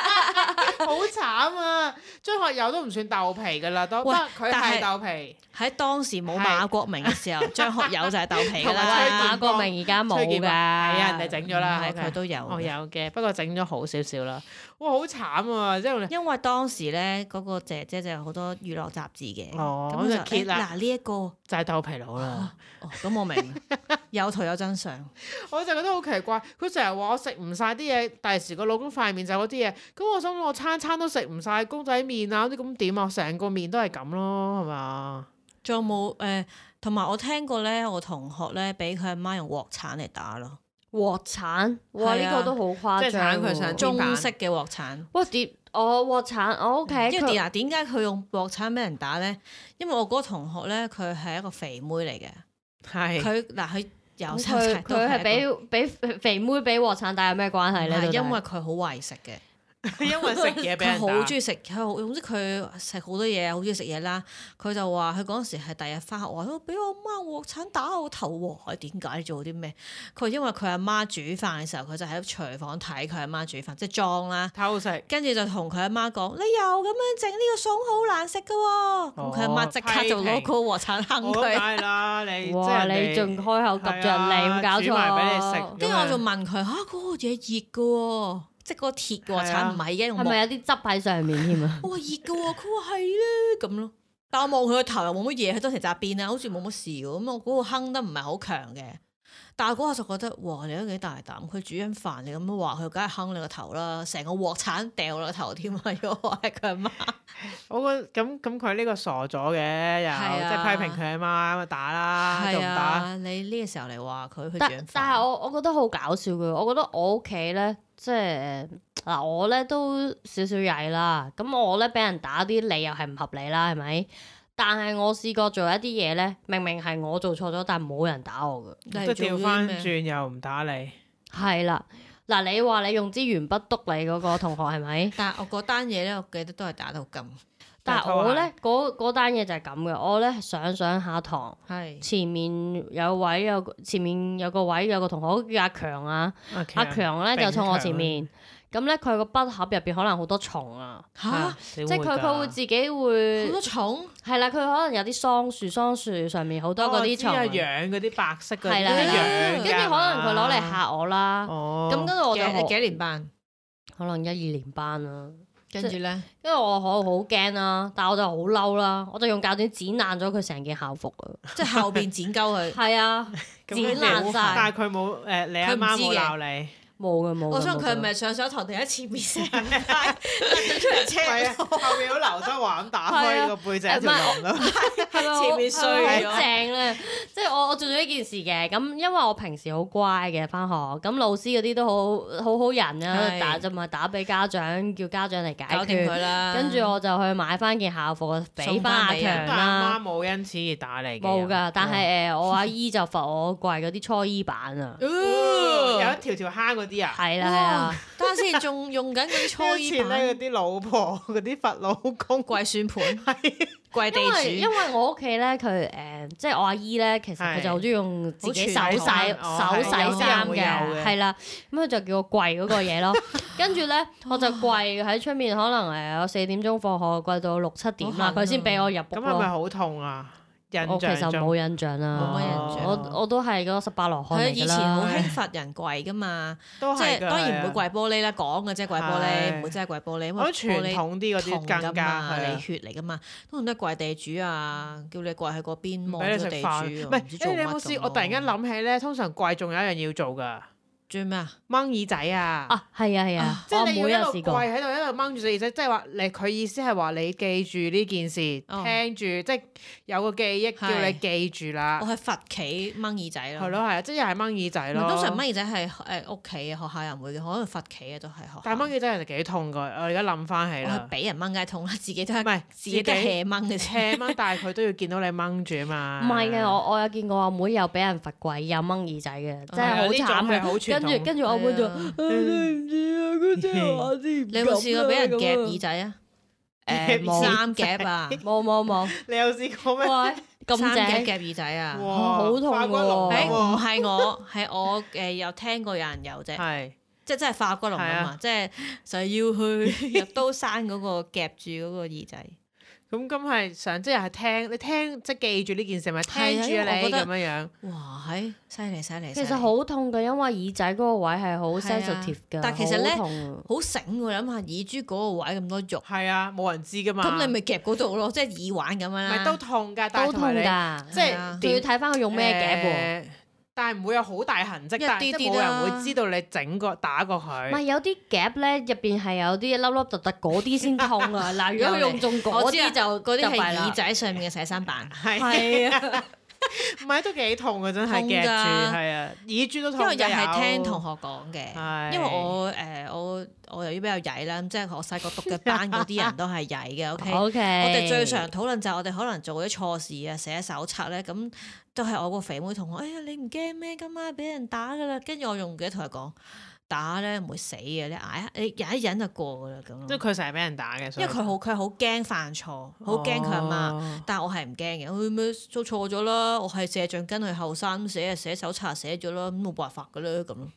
Speaker 3: 好慘啊！張學友都唔算豆皮噶啦，都不
Speaker 4: 喂
Speaker 3: 過佢
Speaker 4: 但
Speaker 3: 係
Speaker 4: 係
Speaker 3: 豆皮。
Speaker 4: 喺當時冇馬國明嘅時候，張學友就係豆
Speaker 3: *laughs*
Speaker 4: 皮
Speaker 3: 同
Speaker 2: 喂，
Speaker 3: 埋崔。
Speaker 4: 啦
Speaker 3: 健
Speaker 2: 馬國明而家冇
Speaker 3: 崔
Speaker 2: 㗎。
Speaker 3: 健話係啊，人哋整咗啦，
Speaker 4: 唔係
Speaker 3: OK
Speaker 4: 佢都有
Speaker 3: 哦
Speaker 4: 嘅
Speaker 3: 有嘅，不過整咗好少少啦。哇，好慘啊！即 *laughs* 係
Speaker 4: 因為當時咧，嗰個姐姐就有好多娛樂雜誌嘅，
Speaker 3: 哦
Speaker 4: 咁我
Speaker 3: 咁就揭
Speaker 4: 誒
Speaker 3: 啦
Speaker 4: 嗱呢一個，哦
Speaker 3: 就係豆皮佬啦。
Speaker 4: 咁我明啦，有圖有
Speaker 3: *laughs*
Speaker 4: 真相，
Speaker 3: 我就覺得好奇怪，佢成日話我食唔晒啲嘢，第時個老公塊面就係嗰啲嘢。咁我心諗我餐餐都食唔晒公仔麵啊，嗰啲咁點啊？成個面都係咁咯，係嘛？
Speaker 4: 仲有冇誒？同埋我聽過咧，我同學咧俾佢阿媽用鑊鏟嚟打咯，
Speaker 2: 鑊鏟，哇！
Speaker 4: 係
Speaker 2: 呢
Speaker 4: 啊
Speaker 2: 個都好誇
Speaker 3: 即係鏟
Speaker 2: 張
Speaker 3: 佢
Speaker 2: 喎。
Speaker 3: 上
Speaker 4: 中
Speaker 3: 邊板
Speaker 4: 式嘅鑊鏟。
Speaker 2: 哇！碟我鑊鏟，我屋企
Speaker 3: 嗯
Speaker 4: 因
Speaker 2: 佢
Speaker 4: 為嗱，點解佢用鑊鏟俾人打咧？因為我嗰個同學咧，佢係一個肥妹嚟嘅，
Speaker 3: 係
Speaker 4: 佢嗱佢由細到
Speaker 2: 佢
Speaker 4: 大都
Speaker 2: 佢係
Speaker 4: 一個
Speaker 2: 俾俾肥妹俾鑊鏟，但係有咩關係
Speaker 4: 唔
Speaker 3: 啊
Speaker 2: 咧？到
Speaker 4: 係
Speaker 2: 底
Speaker 4: 因為佢好為食嘅，
Speaker 3: 因為食嘢俾
Speaker 4: 佢
Speaker 3: 人
Speaker 4: 好
Speaker 3: 打
Speaker 4: 中意食，佢好總之佢食好多嘢，啊好中意食嘢啦。佢就話佢嗰陣時係第日翻學，我話我俾我媽鑊鏟打我頭喎，我話點解你做啲咩？佢話因為佢阿媽煮飯嘅時候，佢就喺廚房睇佢阿媽煮飯，即係裝啦。
Speaker 3: 偷食。
Speaker 4: 跟住就同佢阿媽講：你又咁樣整呢個餸好難食㗎喎！咁佢阿媽即刻就攞個鑊鏟坑
Speaker 3: 哦我
Speaker 4: 佢。
Speaker 3: 係啦，你即
Speaker 2: 哇！
Speaker 3: 係
Speaker 2: 你
Speaker 3: 人哋
Speaker 2: 仲開口及着你，
Speaker 3: 係
Speaker 2: 冇
Speaker 3: 啊
Speaker 2: 搞
Speaker 3: 煮埋俾
Speaker 2: 錯
Speaker 3: 你。
Speaker 4: 跟住我就問佢嚇嗰個嘢熱㗎喎，即係嗰個鐵嘅鑊
Speaker 3: 係啊
Speaker 4: 鏟唔係嘅，用
Speaker 2: 係咪
Speaker 4: 木
Speaker 2: 有啲汁喺上面添啊？
Speaker 4: 我話熱㗎喎，佢話係咧咁咯。但我望佢個頭又冇乜嘢，佢當時扎辮啊，好似冇乜事喎。咁我嗰個坑得唔係好強嘅，但係嗰下就覺得哇，你都幾大膽！佢煮緊飯，你咁樣話佢，梗係坑你個頭啦，成個鑊鏟掉落個頭添啊！如果我係佢阿媽，
Speaker 3: 我覺得咁咁佢呢個傻咗嘅，又
Speaker 4: 係啊
Speaker 3: 即係批評佢阿媽咁啊打啦，仲
Speaker 4: 係
Speaker 3: 唔打？
Speaker 4: *laughs* 啊，你呢個時候嚟話佢去養
Speaker 2: 但
Speaker 4: 飯
Speaker 2: 但係我我覺得好搞笑嘅，我覺得我屋企咧，即係嗱我咧都少少曳啦，咁我咧俾人打啲理由係唔合理啦，係咪？但係我試過做一啲嘢咧，明明係我做錯咗，但係冇人打我嘅，
Speaker 4: 即
Speaker 3: 即係調翻轉又唔打你，
Speaker 2: 係啦。嗱，你話你用支鉛筆督你嗰個同學係咪？
Speaker 4: 但係我嗰單嘢咧，我記得都係打到咁，啊
Speaker 2: 但係
Speaker 3: 偷
Speaker 2: 我
Speaker 3: 鞋
Speaker 2: 咧嗰嗰單嘢就係咁嘅，我咧上上下堂。
Speaker 4: 係
Speaker 2: 前面有位有個前面有個位有個同學叫阿強啊，
Speaker 3: 阿
Speaker 2: 阿強咧就
Speaker 3: 炳
Speaker 2: 坐我
Speaker 3: 強
Speaker 2: 前面，咁咧佢個筆盒入邊可能好多蟲啊，
Speaker 4: 嚇
Speaker 3: 即
Speaker 2: 即係佢佢會自己
Speaker 4: 好
Speaker 2: 會
Speaker 4: 多重，
Speaker 2: 係啦，佢可能有啲桑樹，桑樹上面好多
Speaker 3: 哦
Speaker 2: 嗰啲蟲啊，
Speaker 3: 養嗰啲白色嗰
Speaker 2: 係啦
Speaker 3: 啲
Speaker 2: 係啦
Speaker 3: 養㗎
Speaker 2: 跟住可能佢攞
Speaker 4: 啊
Speaker 2: 嚟嚇我啦，
Speaker 3: 哦，
Speaker 2: 咁跟住我就
Speaker 4: 幾
Speaker 2: 學
Speaker 4: 幾年班？
Speaker 2: 可能一二年班啦，
Speaker 4: 幾跟住咧，
Speaker 2: 跟住我好好驚啦，但我就好嬲啦，我就用鉸剪剪爛咗佢成件校服啊！
Speaker 4: 即係後邊剪鳩佢。
Speaker 2: 係啊，剪
Speaker 3: 咁佢
Speaker 2: 爛
Speaker 3: 冇
Speaker 2: 晒，
Speaker 3: 但係佢冇誒，你阿
Speaker 4: 佢唔
Speaker 3: 媽
Speaker 4: 知
Speaker 3: 冇
Speaker 4: 嘅
Speaker 3: 鬧你。 *laughs*
Speaker 2: 冇嘅冇嘅。
Speaker 4: 我想
Speaker 2: 冇
Speaker 4: 佢係
Speaker 2: 嘅
Speaker 4: 咪上上堂第一次面試唔快，突咗出嚟
Speaker 3: 係啊，
Speaker 4: 車
Speaker 3: 後面好劉德華咁打
Speaker 2: 係啊
Speaker 3: 開個背脊條龍咯。
Speaker 4: *laughs*
Speaker 2: 係咪好
Speaker 4: 前面衰
Speaker 2: 係咪
Speaker 4: 咗
Speaker 2: 好正咧？即係我我做咗呢件事嘅，咁因為我平時好乖嘅翻學，咁老師嗰啲都好好好人啊，
Speaker 4: 係
Speaker 2: 打就咪打俾家長，叫家長嚟解
Speaker 4: 搞掂佢
Speaker 2: 決。
Speaker 4: 啦。
Speaker 2: 跟住我就去買翻件校服俾
Speaker 4: 送
Speaker 2: 翻
Speaker 4: 返
Speaker 2: 阿
Speaker 4: 俾啊嗯人
Speaker 2: 強
Speaker 3: 但阿
Speaker 2: 啦，
Speaker 3: 媽冇因此而打你嘅。
Speaker 2: 冇噶。但
Speaker 3: 哦
Speaker 2: 係誒，我阿姨就罰我跪嗰啲初衣板啊，
Speaker 3: 有
Speaker 4: 哦
Speaker 3: 一條條坑嗰啲啊。
Speaker 2: 係啦係
Speaker 4: *laughs* 哇
Speaker 2: 啦，！
Speaker 4: 等下先，仲用緊嗰啲初
Speaker 3: 以
Speaker 4: 衣
Speaker 3: 前咧
Speaker 4: 板
Speaker 3: 嗰啲老婆嗰啲佛老公
Speaker 4: *laughs* 跪算盤、
Speaker 3: 係
Speaker 4: 跪地
Speaker 2: 因為因
Speaker 4: 主，
Speaker 2: 為我屋企咧佢誒，即係我阿姨咧，其實佢
Speaker 3: 係
Speaker 2: 就好中意用自己手
Speaker 3: 好傳
Speaker 2: 洗
Speaker 3: 統哦
Speaker 2: 手洗
Speaker 4: 係有啲人
Speaker 2: 衫
Speaker 3: 會有
Speaker 2: 嘅，
Speaker 3: 嘅
Speaker 2: 係啦，咁佢就叫我跪嗰個嘢
Speaker 3: *laughs*
Speaker 2: 咯。跟住咧，我就跪喺出面，可能誒我四點鐘放學，跪到六七點
Speaker 4: 好
Speaker 2: 啦，
Speaker 4: 痕啊
Speaker 2: 佢先俾我入屋
Speaker 3: 咁係咪
Speaker 2: 咯。
Speaker 3: 好痛啊？印
Speaker 4: 哦
Speaker 2: 我其
Speaker 3: 象
Speaker 2: 實
Speaker 3: 中
Speaker 2: 冇印象啦，
Speaker 4: 冇乜印象
Speaker 2: 我我都係嗰個十八羅漢
Speaker 4: 佢
Speaker 2: 嚟
Speaker 4: 啊以
Speaker 2: 㗎
Speaker 4: 前好
Speaker 2: 啦。
Speaker 4: 興罰人跪噶嘛，
Speaker 3: 都
Speaker 4: 即
Speaker 3: 係
Speaker 4: 係
Speaker 3: 㗎
Speaker 4: 當然唔會。
Speaker 3: 係啊
Speaker 4: 跪玻璃啦，講嘅啫，跪玻璃
Speaker 3: 係
Speaker 4: 唔會真係跪玻璃，因
Speaker 3: 我
Speaker 4: 為
Speaker 3: 覺得傳
Speaker 4: 玻
Speaker 3: 統啲嗰
Speaker 4: 璃
Speaker 3: 啲
Speaker 4: 銅噶
Speaker 3: 更加
Speaker 4: 嘛，
Speaker 3: 係
Speaker 4: 你
Speaker 3: 啊。
Speaker 4: 血嚟噶嘛，通常都係跪地主啊，叫你跪喺嗰邊
Speaker 3: 唔
Speaker 4: 望
Speaker 3: 俾你
Speaker 4: 咗
Speaker 3: 食
Speaker 4: 地
Speaker 3: 飯，
Speaker 4: 主，
Speaker 3: 唔
Speaker 4: 我唔知
Speaker 3: 係
Speaker 4: 做
Speaker 3: 誒你
Speaker 4: 乜
Speaker 3: 有冇試？我突然間諗起咧，通常貴仲有一樣要做㗎，
Speaker 4: 最咩啊？
Speaker 3: 掹耳仔啊！
Speaker 2: 啊，係啊係啊，
Speaker 3: 即
Speaker 2: 我
Speaker 3: 係
Speaker 2: 妹
Speaker 3: 你
Speaker 2: 有
Speaker 3: 要一路
Speaker 2: 試
Speaker 3: 跪
Speaker 2: 過。
Speaker 3: 喺度，一路掹住隻耳仔，即係話你佢意思係話你記住呢件事，
Speaker 4: 哦
Speaker 3: 聽住即係有個記憶叫你
Speaker 4: 係
Speaker 3: 記住啦
Speaker 4: 我，係罰企掹耳仔
Speaker 3: 係
Speaker 4: 啦。
Speaker 3: 咯係啊，即係又係掹耳仔
Speaker 4: 唔係
Speaker 3: 咯。
Speaker 4: 通常掹耳仔係誒屋企嘅學校人會嘅，可能罰企啊嘅都係學校。
Speaker 3: 但係掹耳仔人哋幾痛㗎，我而家諗翻起
Speaker 4: 我係
Speaker 3: 啦，
Speaker 4: 俾人掹街痛啦，啊 *laughs* 自己都係
Speaker 3: 唔係
Speaker 4: 自己都
Speaker 3: 自己
Speaker 4: 係 hea 掹嘅啫。
Speaker 3: 斜掹，但係佢都要見到你掹住啊嘛。
Speaker 2: 唔係嘅，我我有見過阿妹又俾人罰跪，又掹耳仔嘅，真係好慘
Speaker 3: 係
Speaker 2: 嘅
Speaker 3: 啊呢種係。好傳
Speaker 2: 跟
Speaker 3: 統
Speaker 2: 住跟住我妹就，
Speaker 4: 係啊
Speaker 2: 唉對唔住啊，嗰隻我先。
Speaker 4: *laughs* 你有冇試過俾人夾耳
Speaker 2: 仔？
Speaker 4: 仔啊？
Speaker 2: 誒
Speaker 3: 夾耳
Speaker 2: 冇
Speaker 4: 衫夾啊，
Speaker 2: 冇冇冇，
Speaker 3: 你有試過咩？
Speaker 2: 喂咁
Speaker 4: 衫
Speaker 2: 正
Speaker 4: 夾夾耳仔啊！
Speaker 3: 哇
Speaker 2: 好痛
Speaker 3: 化骨龍
Speaker 2: 喎
Speaker 4: 誒
Speaker 3: 咁
Speaker 4: 唔
Speaker 3: 喎
Speaker 4: 係我，係我誒有聽過有人有啫，
Speaker 3: 係
Speaker 4: 即係真係化骨龍啊嘛，即係就係要去入刀山嗰個夾住嗰個耳仔。
Speaker 3: 咁咁係想即係係聽你聽即係記住呢件事咪聽
Speaker 4: 係啊
Speaker 3: 住
Speaker 4: 因為
Speaker 3: 啊
Speaker 4: 我
Speaker 3: 你
Speaker 4: 覺
Speaker 3: 咁
Speaker 4: 得
Speaker 3: 樣樣。
Speaker 4: 哇！係犀利犀利，
Speaker 2: 其
Speaker 4: 犀
Speaker 2: 實
Speaker 4: 利
Speaker 2: 好痛嘅，因為耳仔嗰個位係啊好 sensitive 㗎，
Speaker 4: 但其實咧
Speaker 2: 好痛
Speaker 4: 好醒喎，諗下耳珠嗰個位咁多肉，
Speaker 3: 係啊，冇人知㗎嘛。
Speaker 4: 咁你咪夾嗰度咯，即係耳環咁樣
Speaker 3: 咪
Speaker 4: 啦。
Speaker 3: 都痛㗎，但
Speaker 2: 都
Speaker 3: 係
Speaker 2: 痛
Speaker 3: 同埋你
Speaker 2: 㗎，
Speaker 3: 即
Speaker 4: 係啊
Speaker 3: 係
Speaker 2: 仲要
Speaker 3: 點
Speaker 2: 睇翻佢用咩夾喎。
Speaker 3: 誒但係唔會有好大痕跡，
Speaker 4: 一
Speaker 3: 但係即
Speaker 4: 啲
Speaker 3: 係
Speaker 4: 啲
Speaker 3: 冇
Speaker 4: 啦
Speaker 3: 人會知道你整過打過
Speaker 2: 唔係
Speaker 3: 佢。
Speaker 2: 有啲夾咧，入邊係有啲粒粒突突嗰啲先痛 *laughs* 啊！嗱，如果佢用中嗰
Speaker 4: 我知啊
Speaker 2: 啲就
Speaker 4: 嗰啲
Speaker 2: 就弊
Speaker 4: 係
Speaker 2: 啦
Speaker 4: 耳仔上面嘅寫生 *laughs* 板，
Speaker 3: 係
Speaker 2: *laughs* 係啊。
Speaker 3: 唔係都幾痛㗎？真係
Speaker 4: 痛㗎
Speaker 3: 夾住係啊，耳珠都
Speaker 4: 因
Speaker 3: 痛㗎。
Speaker 4: 為又係聽同
Speaker 3: 學
Speaker 4: 學講嘅。
Speaker 3: 係
Speaker 4: 因為我誒、呃我我由於比較曳啦，咁即係我細個讀嘅班嗰啲人都係曳 *laughs* 嘅。O K，我
Speaker 2: O K，
Speaker 4: 哋最常討論就係我哋可能做咗錯事啊，寫手冊咧，咁都係我個肥妹同我，哎呀你唔驚咩？今晚俾人打噶啦，跟住我仲唔記得同佢講打咧唔會死嘅，你捱一你忍一忍就過噶啦咁
Speaker 3: 即係
Speaker 4: 咯。
Speaker 3: 佢成日俾人打嘅，所
Speaker 4: 因
Speaker 3: 以
Speaker 4: 為佢好佢好驚犯錯，好驚佢阿媽。
Speaker 3: 哦
Speaker 4: 但我係唔驚嘅，我咩做錯咗啦，我係借橡筋去後生寫，啊寫手冊寫咗啦，咁冇辦法噶啦咁咯。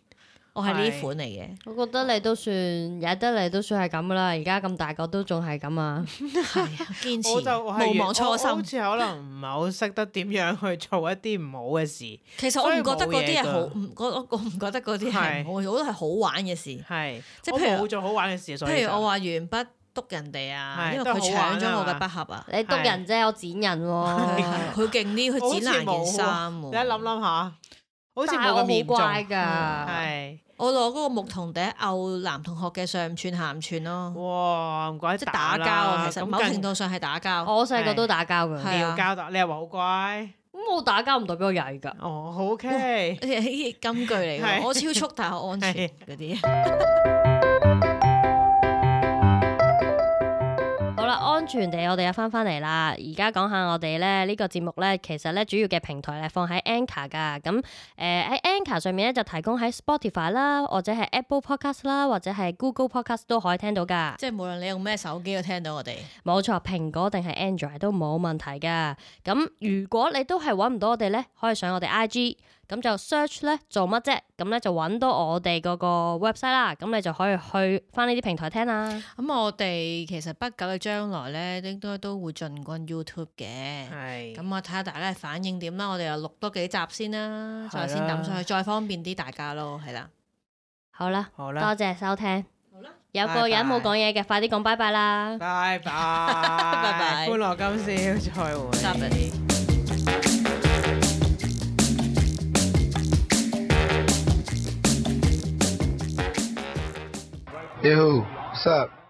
Speaker 4: 我係呢
Speaker 3: 係
Speaker 4: 款嚟嘅，
Speaker 2: 我覺得你都算曳得你都算係咁噶啦，而家咁大個都仲係咁啊！
Speaker 4: 係啊堅持，
Speaker 3: 我就我係
Speaker 4: 無忘
Speaker 3: 完我
Speaker 4: 初
Speaker 3: 我好
Speaker 4: 心。
Speaker 3: 似可能唔係好識得點樣去做一啲唔好嘅事，
Speaker 4: 其實我唔覺得嗰啲係好，
Speaker 3: 所以冇嘢㗎
Speaker 4: 唔我我我唔覺得嗰啲係唔好，我覺得係好玩嘅事。
Speaker 3: 係
Speaker 4: 即係
Speaker 3: 我
Speaker 4: 譬如
Speaker 3: 冇做好玩嘅事，所以
Speaker 4: 譬如
Speaker 3: 就
Speaker 4: 我話鉛筆篤人哋啊，
Speaker 3: 係
Speaker 4: 因為
Speaker 3: 都
Speaker 4: 佢
Speaker 3: 係好玩
Speaker 4: 搶咗我
Speaker 3: 啊嘛
Speaker 4: 嘅筆
Speaker 3: *laughs*
Speaker 4: 盒啊，
Speaker 2: 你督人啫，我剪人 *laughs*
Speaker 4: 係
Speaker 2: 喎
Speaker 4: 啊。佢勁啲，
Speaker 3: 我好
Speaker 4: 佢
Speaker 3: 似
Speaker 4: 剪爛件
Speaker 3: 冇喎
Speaker 4: 衫
Speaker 3: 你一諗
Speaker 4: 喎。
Speaker 3: 諗下，好似
Speaker 2: 但係
Speaker 3: 冇
Speaker 2: 我
Speaker 3: 咁
Speaker 2: 好
Speaker 3: 嚴重，
Speaker 2: 乖㗎，
Speaker 3: 係
Speaker 4: 我攞嗰個木桶笛摳男同學嘅上串下唔串咯，
Speaker 3: 哇，唔怪
Speaker 4: 即
Speaker 3: 得
Speaker 4: 係打交
Speaker 3: 啦
Speaker 4: 啊！其實
Speaker 3: 咁
Speaker 4: 某
Speaker 3: 更
Speaker 4: 程度上係打交。
Speaker 2: 我細個都打交
Speaker 4: 係
Speaker 2: 㗎。
Speaker 4: 啊
Speaker 3: 要交代，你又話好乖，
Speaker 2: 咁我打交唔代表我曳㗎。
Speaker 3: 哦好，OK，
Speaker 4: 呢啲金句嚟嘅，
Speaker 3: 係
Speaker 4: 我超速但係我安全
Speaker 3: 係
Speaker 4: 嗰啲。
Speaker 2: 好啦，安全地我哋又翻翻嚟啦。而家講下我哋咧呢個節目咧，其實咧主要嘅平台係放喺 Anchor 噶。咁誒喺 Anchor 上面咧就提供喺 Spotify 啦，或者係 Apple Podcast 啦，或者係 Google Podcast 都可以聽到噶。
Speaker 4: 即係無論你用咩手機都聽到我哋。
Speaker 2: 冇錯，蘋果定係 Android 都冇問題噶。咁如果你都係揾唔到我哋咧，可以上我哋 IG，咁就 search 咧做乜啫？咁咧就揾到我哋嗰個 website 啦。咁你就可以去翻呢啲平台聽啦。
Speaker 4: 咁我哋其實不久嘅將來咧，應該都會進軍 YouTube 嘅。
Speaker 3: 係
Speaker 4: 咁我睇下大家嘅反應點啦，我哋又錄多幾集先啦，
Speaker 3: 係啦
Speaker 4: 再先抌上去，再方便啲大家咯，係啦。
Speaker 2: 好啦，
Speaker 3: 好
Speaker 2: 多
Speaker 3: 啦，
Speaker 2: 謝收聽。
Speaker 4: 好啦，
Speaker 2: 有個人冇
Speaker 3: 拜拜
Speaker 2: 講嘢嘅，快啲講拜拜啦！
Speaker 3: 拜拜，
Speaker 4: 拜
Speaker 3: 拜歡樂今宵再會。
Speaker 4: s u b
Speaker 1: Yo, what's up?